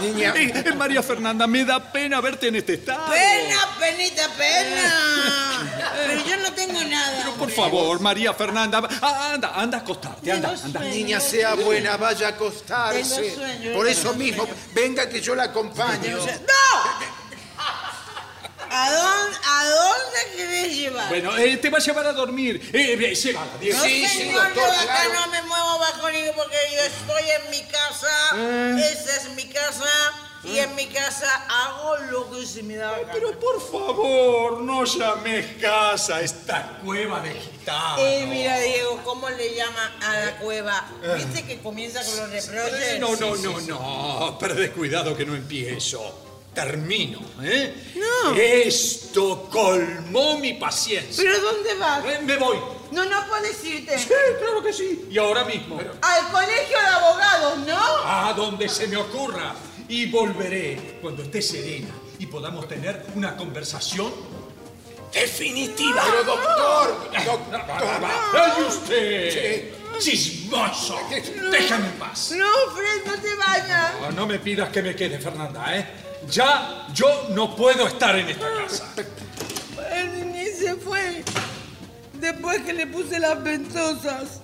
S4: Niña.
S12: Eh, eh, María Fernanda, me da pena verte en este estado.
S8: Pena, penita, pena. Pero yo no tengo nada.
S12: Por favor, María Fernanda, va- ah, anda, anda a acostarte, anda, anda.
S4: Niña, sea buena, vaya a acostarse.
S8: Tengo sueño,
S4: Por
S8: tengo
S4: eso mismo, venga que yo la acompaño.
S8: ¡No! ¿A dónde, a dónde querés llevar?
S12: Bueno, eh, te va a llevar a dormir. Eh, eh, llévala, Diego.
S8: no, señor, yo de acá no me muevo bajo ningún porque yo estoy en mi casa,
S12: Eh.
S8: esa es mi casa, y en mi casa hago lo que se me da la gana.
S12: Pero por favor, no llames casa a esta cueva de gitanos.
S8: Eh, mira, Diego, ¿cómo le llama a la cueva? ¿Viste que comienza con los reproches?
S12: Eh. No, no, no, no. Perdés cuidado que no empiezo. Termino, ¿eh?
S8: No.
S12: Esto colmó mi paciencia.
S8: ¿Pero dónde vas?
S12: Eh, me voy.
S8: No, no puedes irte.
S12: Sí, claro que sí. Y ahora mismo.
S8: Al colegio de abogados, ¿no?
S12: A donde se me ocurra. Y volveré cuando esté serena y podamos tener una conversación definitiva.
S4: Pero, doctor,
S12: Va,
S4: doctor.
S12: va. ¡Ay, usted! ¡Chismoso! Déjame en paz.
S8: No, Fred, no te vayas.
S12: No, no me pidas que me quede, Fernanda, ¿eh? Ya yo no puedo estar en esta casa.
S8: Él ni se fue. Después que le puse las ventosas.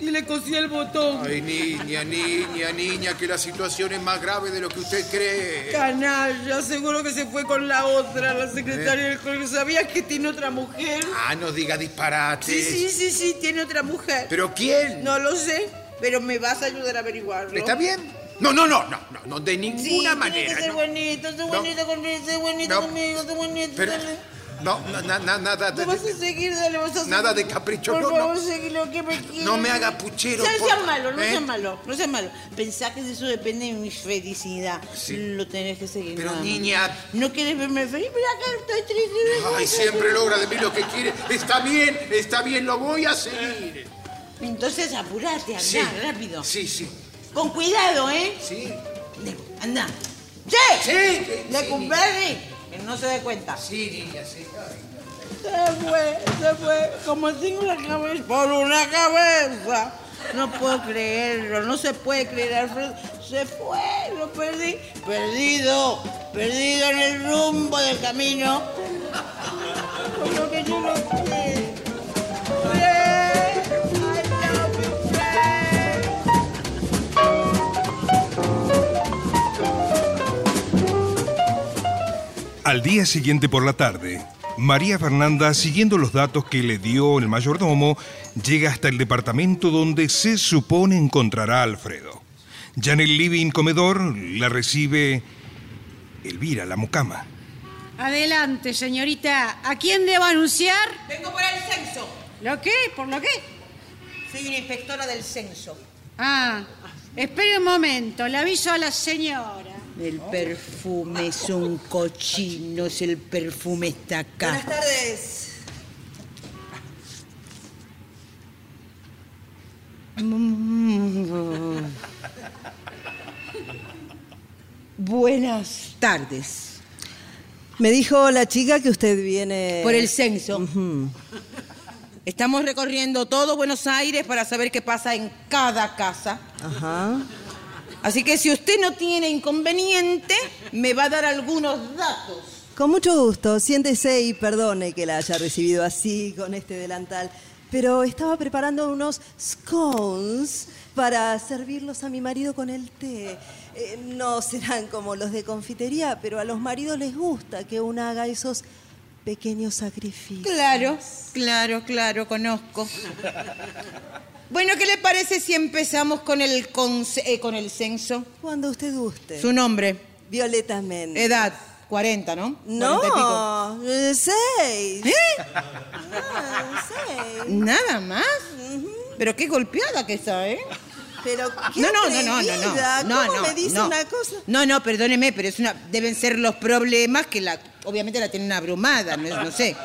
S7: Y le cosí el botón.
S4: Ay, niña, niña, niña, que la situación es más grave de lo que usted cree.
S7: Canalla, seguro que se fue con la otra, la secretaria del colegio. ¿Sabías que tiene otra mujer?
S4: Ah, no diga disparates.
S7: Sí, sí, sí, sí, tiene otra mujer.
S4: ¿Pero quién?
S7: No lo sé, pero me vas a ayudar a averiguarlo.
S4: ¿Está bien? No, no, no, no, no, no, de ninguna
S7: Sí,
S4: manera.
S7: Tiene que ser
S4: no.
S7: bonito, ser bonito conmigo, ser bonito
S4: No.
S7: conmigo, ser bonito.
S4: Pero-
S7: dale.
S4: No, na- na- na- nada de,
S7: No vas a seguir, dale, vas a seguir.
S4: nada de capricho.
S7: Por
S4: no,
S7: favor,
S4: no.
S7: seguí lo que me quieres.
S4: No me haga puchero,
S7: No
S4: por-
S7: sea malo, no
S4: ¿Eh?
S7: sea malo, no sea malo. Pensá que de eso depende de mi felicidad.
S4: Sí.
S7: Lo tenés que seguir.
S4: Pero,
S7: nada más.
S4: niña.
S7: ¿No quieres verme feliz? Mira acá, estoy triste.
S4: Ay, siempre logra de mí lo que quiere. Está bien, está bien, lo voy a seguir.
S7: Entonces apurate, andá,
S4: Sí.
S7: rápido.
S4: Sí, sí.
S7: Con cuidado, ¿eh?
S4: Sí.
S7: Andá. ¡Sí!
S4: Sí.
S7: Le cumplí. Que no se dé cuenta.
S4: Sí, niña, sí.
S7: Se fue, se fue. Como tengo una cabeza. Por una cabeza. No puedo creerlo, no se puede creer, Alfredo. Se fue, lo perdí. Perdido, perdido en el rumbo del camino. Por lo que yo no sé. Fue.
S2: Al día siguiente por la tarde, María Fernanda, siguiendo los datos que le dio el mayordomo, llega hasta el departamento donde se supone encontrará a Alfredo. Ya en el living comedor la recibe Elvira, la mucama.
S15: Adelante, señorita. ¿A quién debo anunciar?
S8: Vengo por el censo.
S15: ¿Lo qué? ¿Por lo qué?
S8: Soy una inspectora del censo.
S15: Ah, espere un momento. Le aviso a la señora.
S8: El perfume es un cochino, es el perfume está acá.
S15: Buenas
S8: tardes.
S7: Mm,
S22: Buenas tardes. Me dijo la chica que usted viene...
S8: Por el censo.
S22: Ujú.
S8: Estamos recorriendo todo Buenos Aires para saber qué pasa en cada casa.
S22: Ajá.
S8: Así que si usted no tiene inconveniente, me va a dar algunos datos.
S22: Con mucho gusto. Siéntese y perdone que la haya recibido así, con este delantal. Pero estaba preparando unos scones para servirlos a mi marido con el té. Eh, no serán como los de confitería, pero a los maridos les gusta que uno haga esos pequeños sacrificios.
S8: Claro, claro, claro, conozco. Bueno, ¿qué le parece si empezamos con el, conce- eh, con el censo?
S22: Cuando usted guste.
S8: Su nombre.
S22: Violeta Méndez.
S8: Edad, 40, ¿no? 40 y pico.
S22: No, eh, seis.
S8: Nada más. Pero qué golpeada que está, ¿eh?
S22: Pero qué
S8: No, no, no, no, no, no.
S22: atrevida.
S8: no,
S22: ¿Cómo
S8: no,
S22: me dice
S8: no.
S22: una cosa?
S8: No, no, perdóneme, pero es una, deben ser los problemas que la, obviamente la tienen abrumada, Pues no, no sé.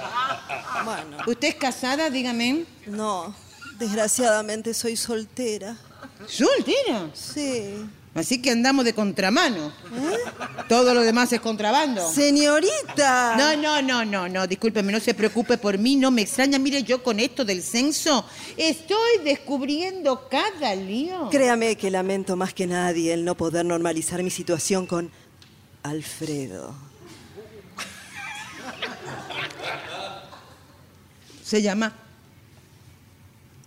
S22: Bueno,
S8: ¿Usted es casada, dígame?
S22: no. Desgraciadamente soy soltera.
S8: ¿Soltera?
S22: Sí.
S8: Así que andamos de contramano. Todo lo demás es contrabando.
S22: Señorita.
S8: No, no, no, no, no, discúlpeme, no se preocupe por mí, no me extraña. Mire, yo con esto del censo estoy descubriendo cada lío.
S22: Créame que lamento más que nadie el no poder normalizar mi situación con Alfredo.
S8: Se llama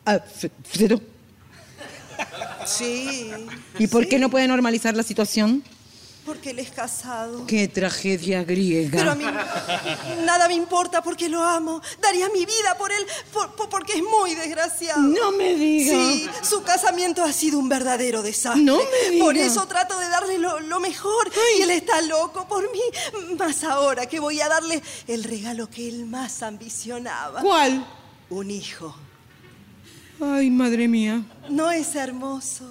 S8: ah, Alfredo.
S22: Sí.
S8: ¿Y por
S22: sí,
S8: qué no puede normalizar la situación?
S22: Porque él es casado.
S8: ¡Qué tragedia griega!
S22: Pero a mí nada me importa porque lo amo. Daría mi vida por él por- por- porque es muy desgraciado.
S8: No me diga.
S22: Sí, su casamiento ha sido un verdadero desastre.
S8: No me diga.
S22: Por eso trato de darle lo, lo mejor. Y él está loco por mí. Más ahora que voy a darle el regalo que él más ambicionaba.
S8: ¿Cuál?
S22: Un hijo.
S8: Ay, madre mía.
S22: ¿No es hermoso?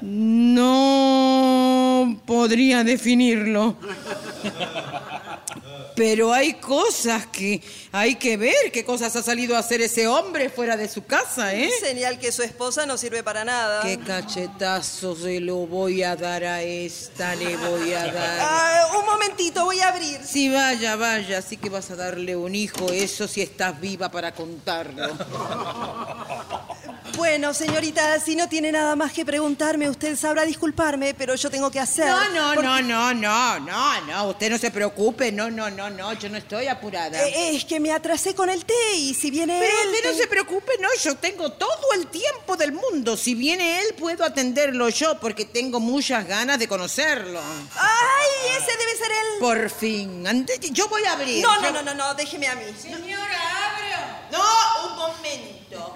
S8: No podría definirlo. Pero hay cosas que hay que ver, qué cosas ha salido a hacer ese hombre fuera de su casa, ¿eh?
S22: Señal que su esposa no sirve para nada.
S8: Qué cachetazo se lo voy a dar a esta, le
S22: [laughs]
S8: voy a dar.
S22: Ah, un momentito, voy a abrir.
S8: Sí, vaya, vaya, así que vas a darle un hijo, eso si estás viva para contarlo.
S22: Bueno, señorita, si no tiene nada más que preguntarme, usted sabrá disculparme, pero yo tengo que hacer.
S8: No, no,
S22: porque-
S8: no, no, no, no, no. Usted no se preocupe. No, no, no, no. Yo no estoy apurada.
S22: Eh, es que me atrasé con el té y si viene
S8: Pero
S22: él,
S8: usted no
S22: te-
S8: se preocupe, no, yo tengo todo el tiempo del mundo. Si viene él, puedo atenderlo yo porque tengo muchas ganas de conocerlo.
S22: ¡Ay, ese debe ser él!
S8: Por fin, ande- yo voy a abrir.
S22: No, no,
S8: Yo-
S22: no, no, no, déjeme a mí.
S8: Señora, abro. No, un momento.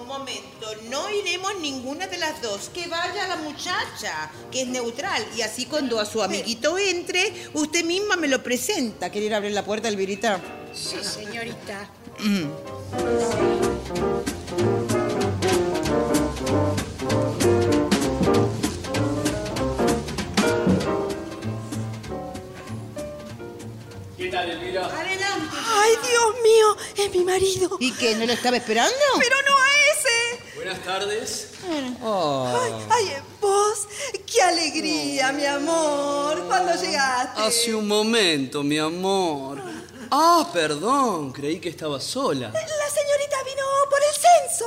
S8: Un momento. No iremos ninguna de las dos. Que vaya la muchacha, que es neutral. Y así cuando a su amiguito entre, usted misma me lo presenta. ¿Quiere ir a abrir la puerta, Elvirita?
S15: Sí, señorita.
S8: Mm.
S23: ¿Qué tal, Elvira?
S22: ¡Ay, Dios mío! ¡Es mi marido!
S8: ¿Y qué? ¿No lo estaba esperando?
S22: ¡Pero no a ese!
S23: Buenas tardes.
S24: Ah,
S22: Ay, ay, vos, qué alegría, mi amor, cuando llegaste.
S24: Hace un momento, mi amor. Ah, perdón, creí que estaba sola.
S22: La señorita vino por el censo.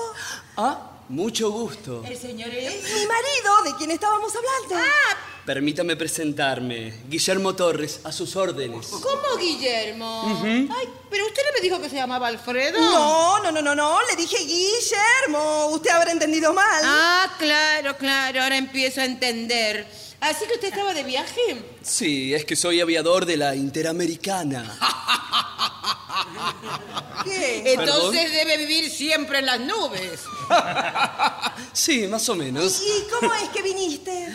S24: Ah, mucho gusto.
S22: El señor es mi marido, de quien estábamos hablando.
S15: Ah,
S24: Permítame presentarme. Guillermo Torres, a sus órdenes.
S15: ¿Cómo, Guillermo?
S24: Ujú.
S15: Ay, pero usted no me dijo que se llamaba Alfredo.
S22: No, no, no, no, no, le dije Guillermo. Usted habrá entendido mal.
S7: Ah, claro, claro, ahora empiezo a entender. Así que usted estaba de viaje.
S24: Sí, es que soy aviador de la Interamericana.
S15: ¿Qué?
S24: Entonces
S15: Entonces debe vivir siempre en las nubes.
S24: Sí, más o menos.
S22: ¿Y cómo es que viniste?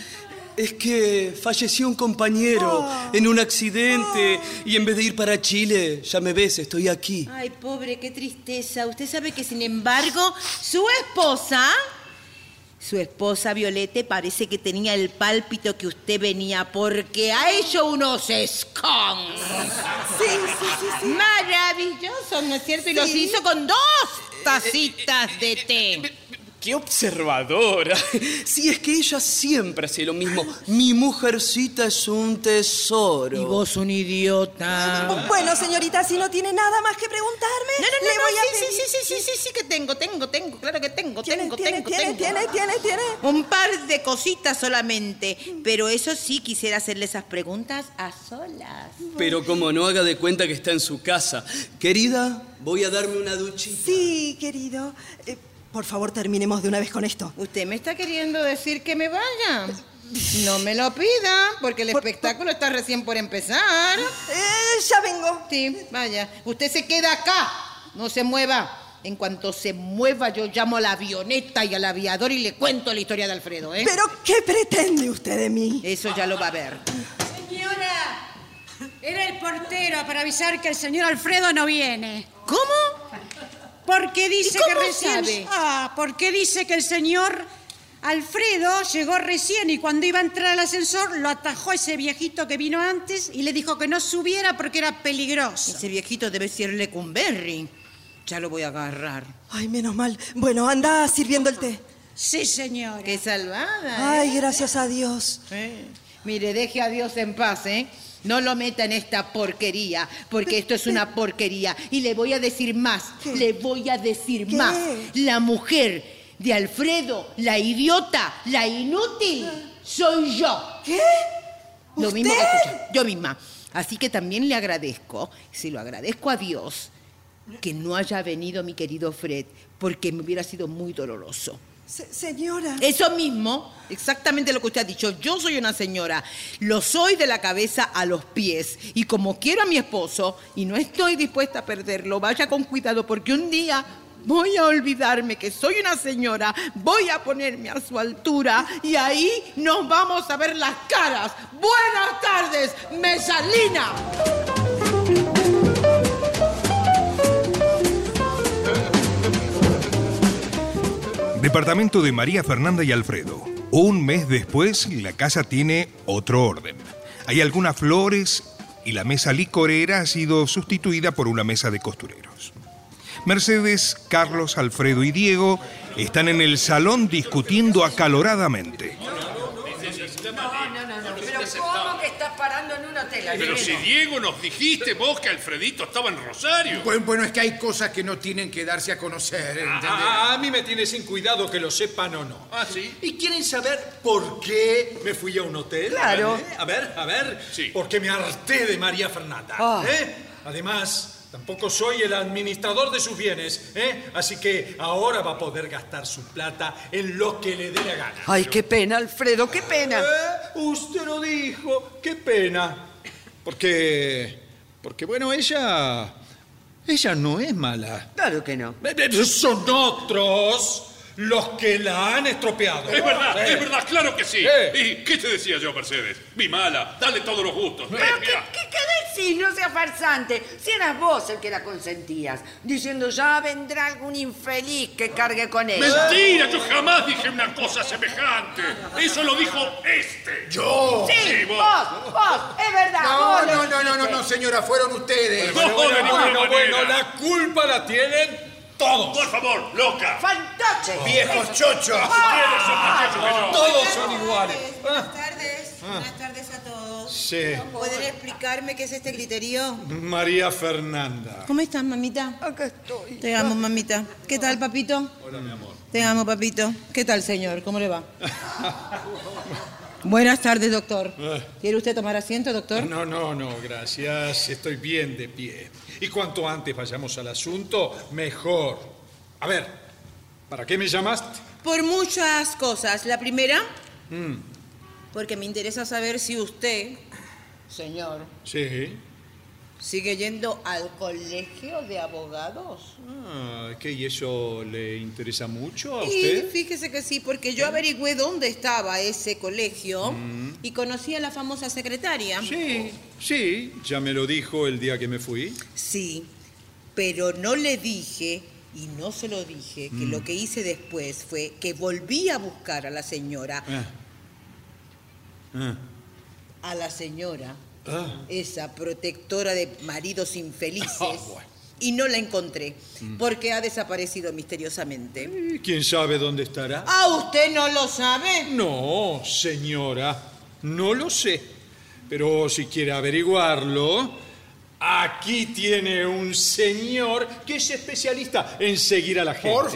S24: Es que falleció un compañero en un accidente y en vez de ir para Chile, ya me ves, estoy aquí.
S7: Ay, pobre, qué tristeza. Usted sabe que, sin embargo, su esposa, su esposa Violete, parece que tenía el pálpito que usted venía porque ha hecho unos scones.
S22: Sí, sí, sí, sí.
S7: Maravillosos, ¿no es cierto? Y los hizo con dos tacitas de té.
S24: ¡Qué [laughs] observadora! Si es que ella siempre hace lo mismo. Mi mujercita es un tesoro. Y vos
S8: un idiota.
S22: Bueno, señorita, si no tiene nada más que preguntarme,
S7: No, no, no,
S22: le
S7: no,
S22: voy a
S7: sí, sí,
S22: pedir-
S7: sí, sí, sí, sí, sí que tengo, tengo, tengo, claro que tengo, tengo,
S22: tiene,
S7: tengo,
S22: tiene,
S7: tengo.
S22: tiene, tiene, tiene.
S7: Un par de cositas solamente, pero eso sí quisiera hacerle esas preguntas a solas.
S24: Pero como no haga de cuenta que está en su casa. Querida, voy a darme una duchita.
S22: Sí, querido. Eh, por favor, terminemos de una vez con esto.
S8: ¿Usted me está queriendo decir que me vaya? No me lo pida, porque el espectáculo está recién por empezar.
S22: Eh, ya vengo.
S8: Sí, vaya. Usted se queda acá. No se mueva. En cuanto se mueva, yo llamo a la avioneta y al aviador y le cuento la historia de Alfredo, ¿eh?
S22: ¿Pero qué pretende usted de mí?
S8: Eso ya lo va a ver.
S15: Señora, era el portero para avisar que el señor Alfredo no viene. ¿Cómo? Porque dice
S7: ¿Y cómo
S15: que recién.
S7: sabe?
S15: Ah, porque dice que el señor Alfredo llegó recién y cuando iba a entrar al ascensor lo atajó ese viejito que vino antes y le dijo que no subiera porque era peligroso.
S7: Ese viejito debe ser Lecumberri. Ya lo voy a agarrar.
S22: Ay, menos mal. Bueno, anda sirviendo el té.
S15: Sí, señora.
S8: Qué salvada.
S22: Ay, gracias a Dios.
S8: Mire, deje a Dios en paz, ¿eh? No lo meta en esta porquería, porque esto es una porquería. Y le voy a decir más, le voy a decir
S22: ¿Qué?
S8: más. La mujer de Alfredo, la idiota, la inútil, soy yo.
S22: Ah. ¿Qué?
S8: Lo mismo que
S7: ¿Usted?
S8: escucha, yo misma. Así que también le agradezco, se lo agradezco a Dios, que no haya venido mi querido Fred, porque me hubiera sido muy doloroso.
S22: Se- señora.
S8: Eso mismo, exactamente lo que usted ha dicho. Yo soy una señora, lo soy de la cabeza a los pies. Y como quiero a mi esposo y no estoy dispuesta a perderlo, vaya con cuidado porque un día voy a olvidarme que soy una señora, voy a ponerme a su altura y ahí nos vamos a ver las caras. Buenas tardes, Mesalina.
S2: Departamento de María Fernanda y Alfredo. Un mes después, la casa tiene otro orden. Hay algunas flores y la mesa licorera ha sido sustituida por una mesa de costureros. Mercedes, Carlos, Alfredo y Diego están en el salón discutiendo acaloradamente.
S5: No, no, no, no. Pero ¿cómo que estás parando en una no te la
S6: Pero si Diego nos dijiste vos que Alfredito estaba en Rosario.
S4: Bueno, bueno, es que hay cosas que no tienen que darse a conocer, ¿entendés?
S12: Ah, a mí me tiene sin cuidado que lo sepan o no.
S6: Ah, sí.
S12: ¿Y quieren saber por qué me fui a un hotel?
S6: Claro.
S12: A ver, ¿eh? a ver, a ver. Porque me harté de María Fernanda.
S6: Ah.
S12: ¿eh? Además, tampoco soy el administrador de sus bienes, ¿eh? Así que ahora va a poder gastar su plata en lo que le dé la gana.
S5: Ay, qué pena, Alfredo, qué pena.
S12: Eh, Usted lo dijo, qué pena. Porque. Porque, bueno, ella. Ella no es mala. Eh,
S5: Claro que no.
S12: Son otros los que la han estropeado.
S6: Es verdad,
S12: Sí.
S6: es verdad, claro que sí.
S12: Eh.
S6: ¿Y qué te decía yo, Mercedes? Mi mala, dale todos los gustos. Eh,
S5: Pero, ¿qué,
S6: mirá.
S5: qué, qué decís? No seas farsante. Si eras vos el que la consentías, diciendo ya vendrá algún infeliz que cargue con ella.
S6: Eh, Mentira, yo jamás dije una cosa semejante. Eso lo dijo este.
S4: ¿Yo?
S5: Sí,
S6: vos.
S5: vos, vos, es verdad.
S4: No,
S5: vos lo
S4: no, no, no, no, no,
S5: dijiste.
S4: señora, fueron ustedes.
S12: Bueno, bueno, bueno, bueno, la culpa la tienen todos.
S6: Por favor, loca.
S5: ¡Fantoche!
S4: Viejos chochos.
S6: Ustedes son más chochos que yo.
S12: Todos Ah, son iguales.
S8: Buenas tardes, buenas tardes a todos.
S12: Sí.
S8: ¿Pueden explicarme qué es este criterio?
S12: María Fernanda.
S8: ¿Cómo estás, mamita?
S5: Acá estoy.
S8: Te amo, mamita. ¿Qué tal, papito?
S12: Hola, mi amor.
S8: Te amo, papito. ¿Qué tal, señor? ¿Cómo le va? Buenas tardes, doctor.
S12: Eh.
S8: ¿Quiere usted tomar asiento, doctor?
S12: No, no, no, gracias. Estoy bien de pie. Y cuanto antes vayamos al asunto, mejor. A ver, ¿para qué me llamaste?
S8: Por muchas cosas. La primera,
S12: Mm,
S8: porque me interesa saber si usted, señor,
S12: sí.
S8: sigue yendo al colegio de abogados.
S12: Ah, ¿qué? ¿Y eso le interesa mucho a
S8: Y
S12: usted?
S8: fíjese que sí, porque yo averigüé dónde estaba ese colegio
S12: Mm.
S8: y conocí a la famosa secretaria. Sí.
S12: Sí, ya me lo dijo el día que me fui.
S8: Sí, pero no le dije y no se lo dije que
S12: Mm.
S8: lo que hice después fue que volví a buscar a la señora,
S12: Ah. Ah.
S8: a la señora,
S12: Ah.
S8: esa protectora de maridos
S12: [laughs]
S8: infelices, y no la encontré
S12: Oh, Mm.
S8: porque ha desaparecido misteriosamente.
S12: ¿Y ¿Quién sabe dónde estará?
S8: Ah, usted no lo sabe.
S12: No, señora, no lo sé. Pero si quiere averiguarlo, aquí tiene un señor que es especialista en seguir a la gente.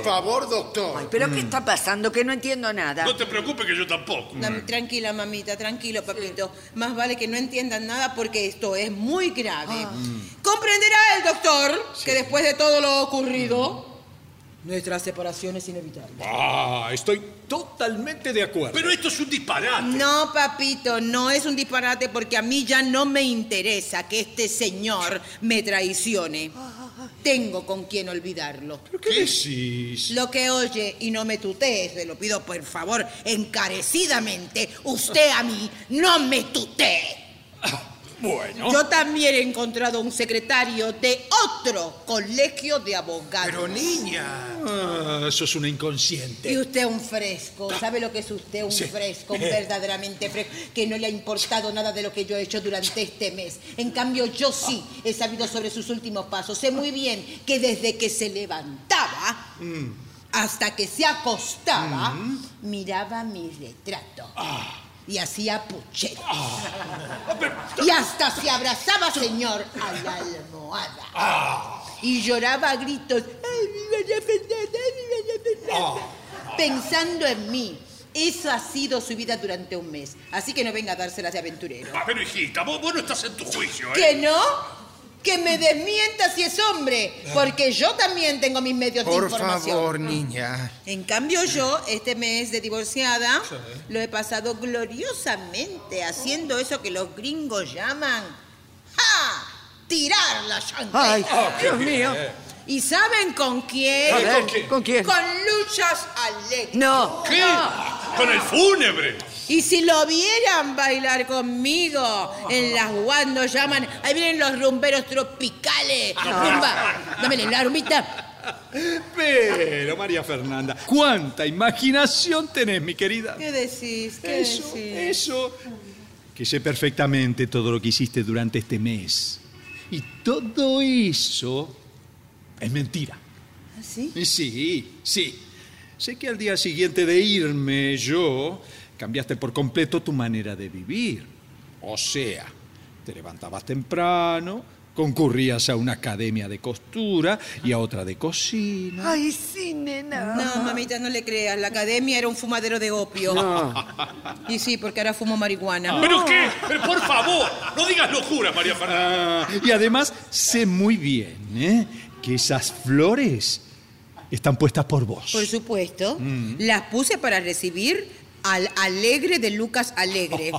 S4: doctor.
S5: ¿Pero qué está pasando? Que no entiendo nada.
S6: No te preocupes que yo tampoco.
S8: Dame- Tranquila, mamita, tranquilo, papito. Más vale que no entiendan nada porque esto es muy grave.
S12: Ah.
S8: Comprenderá el doctor que después de todo lo ocurrido, nuestra separación es inevitable.
S12: Ah, estoy totalmente de acuerdo.
S6: Pero esto es un disparate.
S8: No, papito, no es un disparate porque a mí ya no me interesa que este señor me traicione. Tengo con quien olvidarlo.
S12: ¿Qué decís?
S8: Lo que oye y no me tutees, te lo pido por favor encarecidamente, usted a mí no me tutee.
S12: Bueno.
S8: Yo también he encontrado un secretario de otro colegio de abogados. Pero
S4: niña.
S12: Ah, sos una inconsciente.
S8: Y usted un fresco, ¿sabe lo que es usted un
S12: Sí.
S8: fresco, un verdaderamente fresco, que no le ha importado nada de lo que yo he hecho durante este mes? En cambio, yo sí he sabido sobre sus últimos pasos. Sé muy bien que desde que se levantaba
S12: Mm.
S8: hasta que se acostaba, miraba mi retrato. Y hacía puchetas. Y hasta se abrazaba, señor, a la almohada. Y lloraba a gritos. ¡Ay, mi María Fernanda! ¡Ay, mi María Fernanda! Pensando en mí. Eso ha sido su vida durante un mes. Así que no venga a dárselas de aventurero.
S6: Ah, pero hijita, vos, vos no estás en tu juicio, ¿eh?
S8: ¿Que no? Que me desmienta si es hombre. Porque yo también tengo mis medios de
S4: Por
S8: información.
S4: favor, niña.
S8: En cambio yo, este mes de divorciada, lo he pasado gloriosamente haciendo eso que los gringos llaman ¡Ja! ¡Tirar la chancla!
S5: Ay, Dios mío.
S8: ¿Y saben con quién?
S5: A ver, ¿con quién? ¿con quién?
S8: Con luchas Alex.
S5: No.
S6: ¿Qué? Con el fúnebre.
S8: Y si lo vieran bailar conmigo en las guando llaman, ahí vienen los rumberos tropicales.
S6: Ah.
S8: Rumba, dame la rumita.
S12: Pero, María Fernanda, ¿cuánta imaginación tenés, mi querida?
S8: ¿Qué decís? ¿Qué
S12: Eso,
S8: decís?
S12: eso. Que sé perfectamente todo lo que hiciste durante este mes. Y todo eso es mentira.
S8: ¿Sí?
S12: Sí, sí. Sé que al día siguiente de irme yo, cambiaste por completo tu manera de vivir. O sea, Te levantabas temprano, concurrías a una academia de costura y a otra de cocina.
S25: Ay, sí, nena.
S8: No, mamita, no le creas. La academia era un fumadero de opio. Y sí, porque ahora fumo marihuana.
S6: Ah. ¿Pero qué? Pero por favor, no digas locuras, María Fernanda.
S12: Ah, y además sé muy bien ¿eh? que esas flores están puestas por vos.
S8: Por supuesto.
S12: Mm.
S8: Las puse para recibir al alegre de Lucas Alegre,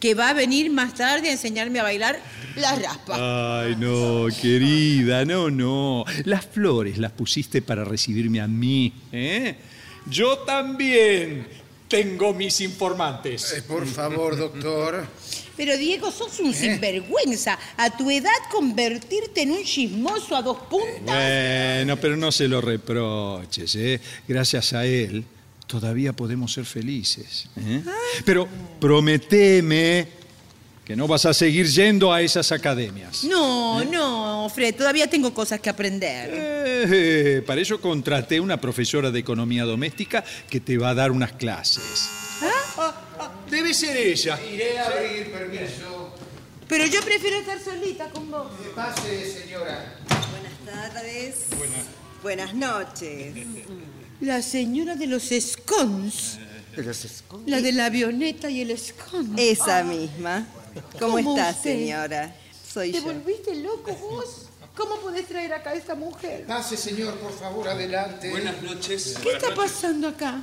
S8: que va a venir más tarde a enseñarme a bailar la raspa.
S12: Ay, no, querida, no, no. Las flores las pusiste para recibirme a mí. ¿eh? Yo también tengo mis informantes.
S26: Eh, por favor, doctor.
S8: Pero Diego, sos un sinvergüenza. A tu edad convertirte en un chismoso a dos puntas.
S12: Bueno, pero no se lo reproches, ¿eh? Gracias a él todavía podemos ser felices. ¿eh? Pero prometeme que no vas a seguir yendo a esas academias.
S8: No, no, Fred, todavía tengo cosas que aprender.
S12: Eh, para ello contraté una profesora de economía doméstica que te va a dar unas clases.
S8: ¿Eh? ¿Ah?
S12: Debe ser ella.
S4: Iré a abrir permiso.
S8: Pero yo prefiero estar solita con vos.
S4: Pase, señora.
S8: Buenas tardes.
S4: Buenas.
S8: Buenas noches. La señora de los scones. La de la avioneta y el scone.
S22: Esa
S8: Ah.
S22: misma. ¿Cómo,
S8: ¿Cómo
S22: estás,
S8: usted?
S22: señora? Soy
S7: ¿Te
S22: yo.
S7: volviste loco vos? ¿Cómo podés traer acá a esta
S19: Ah.
S7: mujer?
S4: Pase, señor, por favor, adelante. Buenas noches.
S7: ¿Qué está pasando acá?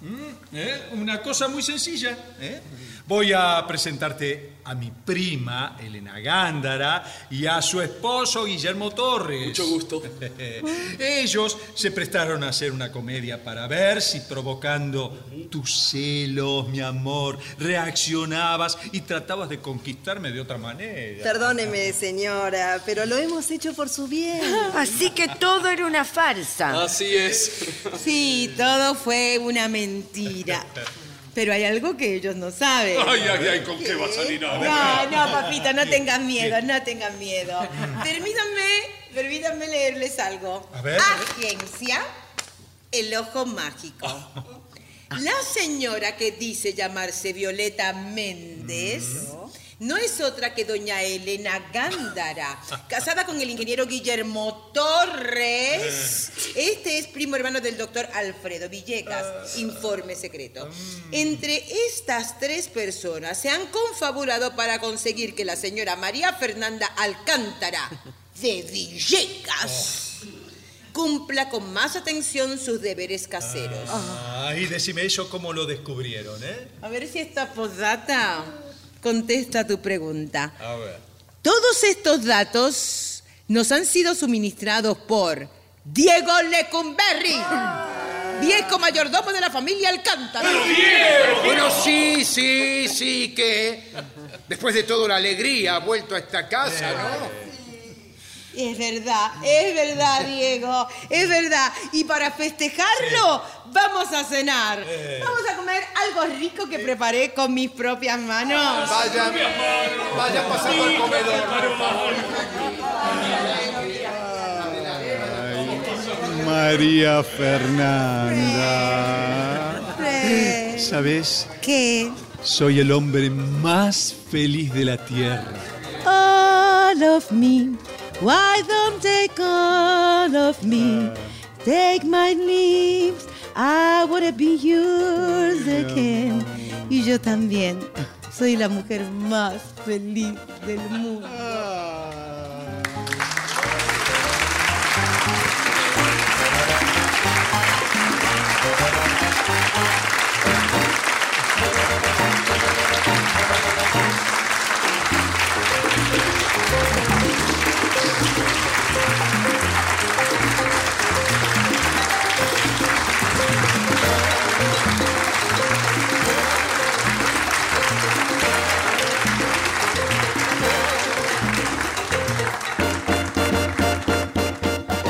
S19: ¿Mm?
S12: ¿Eh? Una cosa muy sencilla. ¿eh? Voy a presentarte a mi prima, Elena Gándara, y a su esposo, Guillermo Torres. Mucho gusto. [laughs] Ellos se prestaron a hacer una comedia para ver si provocando tus celos, mi amor, reaccionabas y tratabas de conquistarme de otra manera.
S22: Perdóneme, señora, pero lo hemos hecho por su bien.
S27: Así que todo era una
S12: Ah,
S27: farsa.
S24: Así es.
S8: Sí, todo fue una mentira. Pero hay algo que ellos no saben.
S6: Ay, ay, ay, ¿con qué va a salir
S8: No,
S6: ahora?
S8: no, papito, no tengas miedo, no tengas miedo. Permítanme, permítanme leerles algo.
S7: A ver, a
S8: Agencia, el ojo mágico. La señora que dice llamarse Violeta Méndez no es otra que doña Elena Gándara, casada con el ingeniero Guillermo Torres. Este es primo hermano del doctor Alfredo Villegas, informe secreto. Entre estas tres personas se han confabulado para conseguir que la señora María Fernanda Alcántara de Villegas cumpla con más atención sus deberes caseros.
S12: Ah, y decime eso cómo lo descubrieron, ¿eh?
S8: A ver si esta posdata contesta tu pregunta.
S12: A ver.
S8: Todos estos datos nos han sido suministrados por Diego Lecumberri, viejo mayordomo de la familia Alcántara.
S4: Bueno, sí, sí, sí, que después de toda la alegría ha vuelto a esta casa, ¿no?
S8: Es verdad, es verdad, Diego, es verdad. Y para festejarlo, vamos a cenar.
S7: Eh.
S8: Vamos a comer algo rico que preparé con mis propias manos.
S4: Vaya, vaya pasando al
S19: Eh.
S28: María Fernanda. ¿Sabes?
S29: ¿Qué?
S12: Soy el hombre más feliz de la tierra.
S29: All of me. Why don't take all of me? Take my leaves. I wanna be yours again. Y yo también. Soy la mujer más feliz del mundo.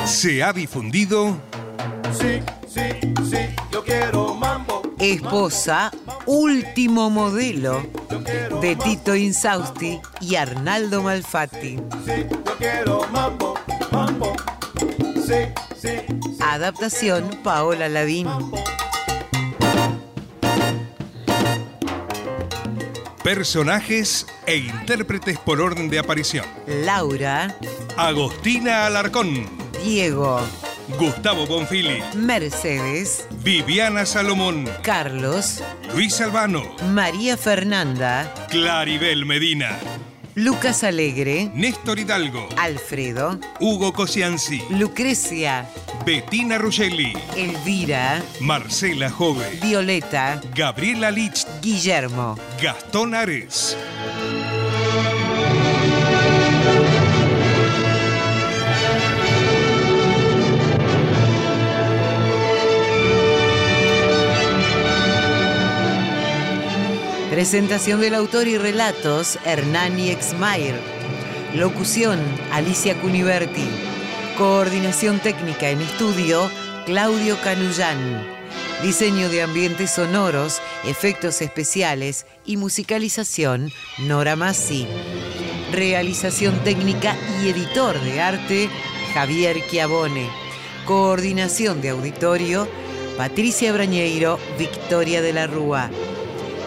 S2: Se ha difundido
S19: Sí, sí, sí, yo quiero mambo.
S1: Esposa, último modelo de Tito Insausti y Arnaldo Malfatti.
S19: Yo quiero mambo, mambo. Sí, sí.
S1: Adaptación Paola Lavín.
S2: Personajes e intérpretes por orden de aparición.
S1: Laura,
S2: Agostina Alarcón.
S1: Diego,
S2: Gustavo Bonfili.
S1: Mercedes,
S2: Viviana Salomón.
S1: Carlos,
S2: Luis Albano.
S1: María Fernanda,
S2: Claribel Medina.
S1: Lucas Alegre,
S2: Néstor Hidalgo.
S1: Alfredo,
S2: Hugo Cosianzi.
S1: Lucrecia,
S2: Bettina Ruggeli.
S1: Elvira,
S2: Marcela Jove.
S1: Violeta,
S2: Gabriela Lich.
S1: Guillermo.
S2: Gastón Ares.
S1: Presentación del autor y relatos Hernani Exmayer. Locución Alicia Cuniverti. Coordinación técnica en estudio Claudio Canullán. Diseño de ambientes sonoros, efectos especiales y musicalización Nora Massi. Realización técnica y editor de arte Javier Chiavone. Coordinación de auditorio Patricia Brañeiro, Victoria de la Rúa.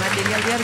S1: Material de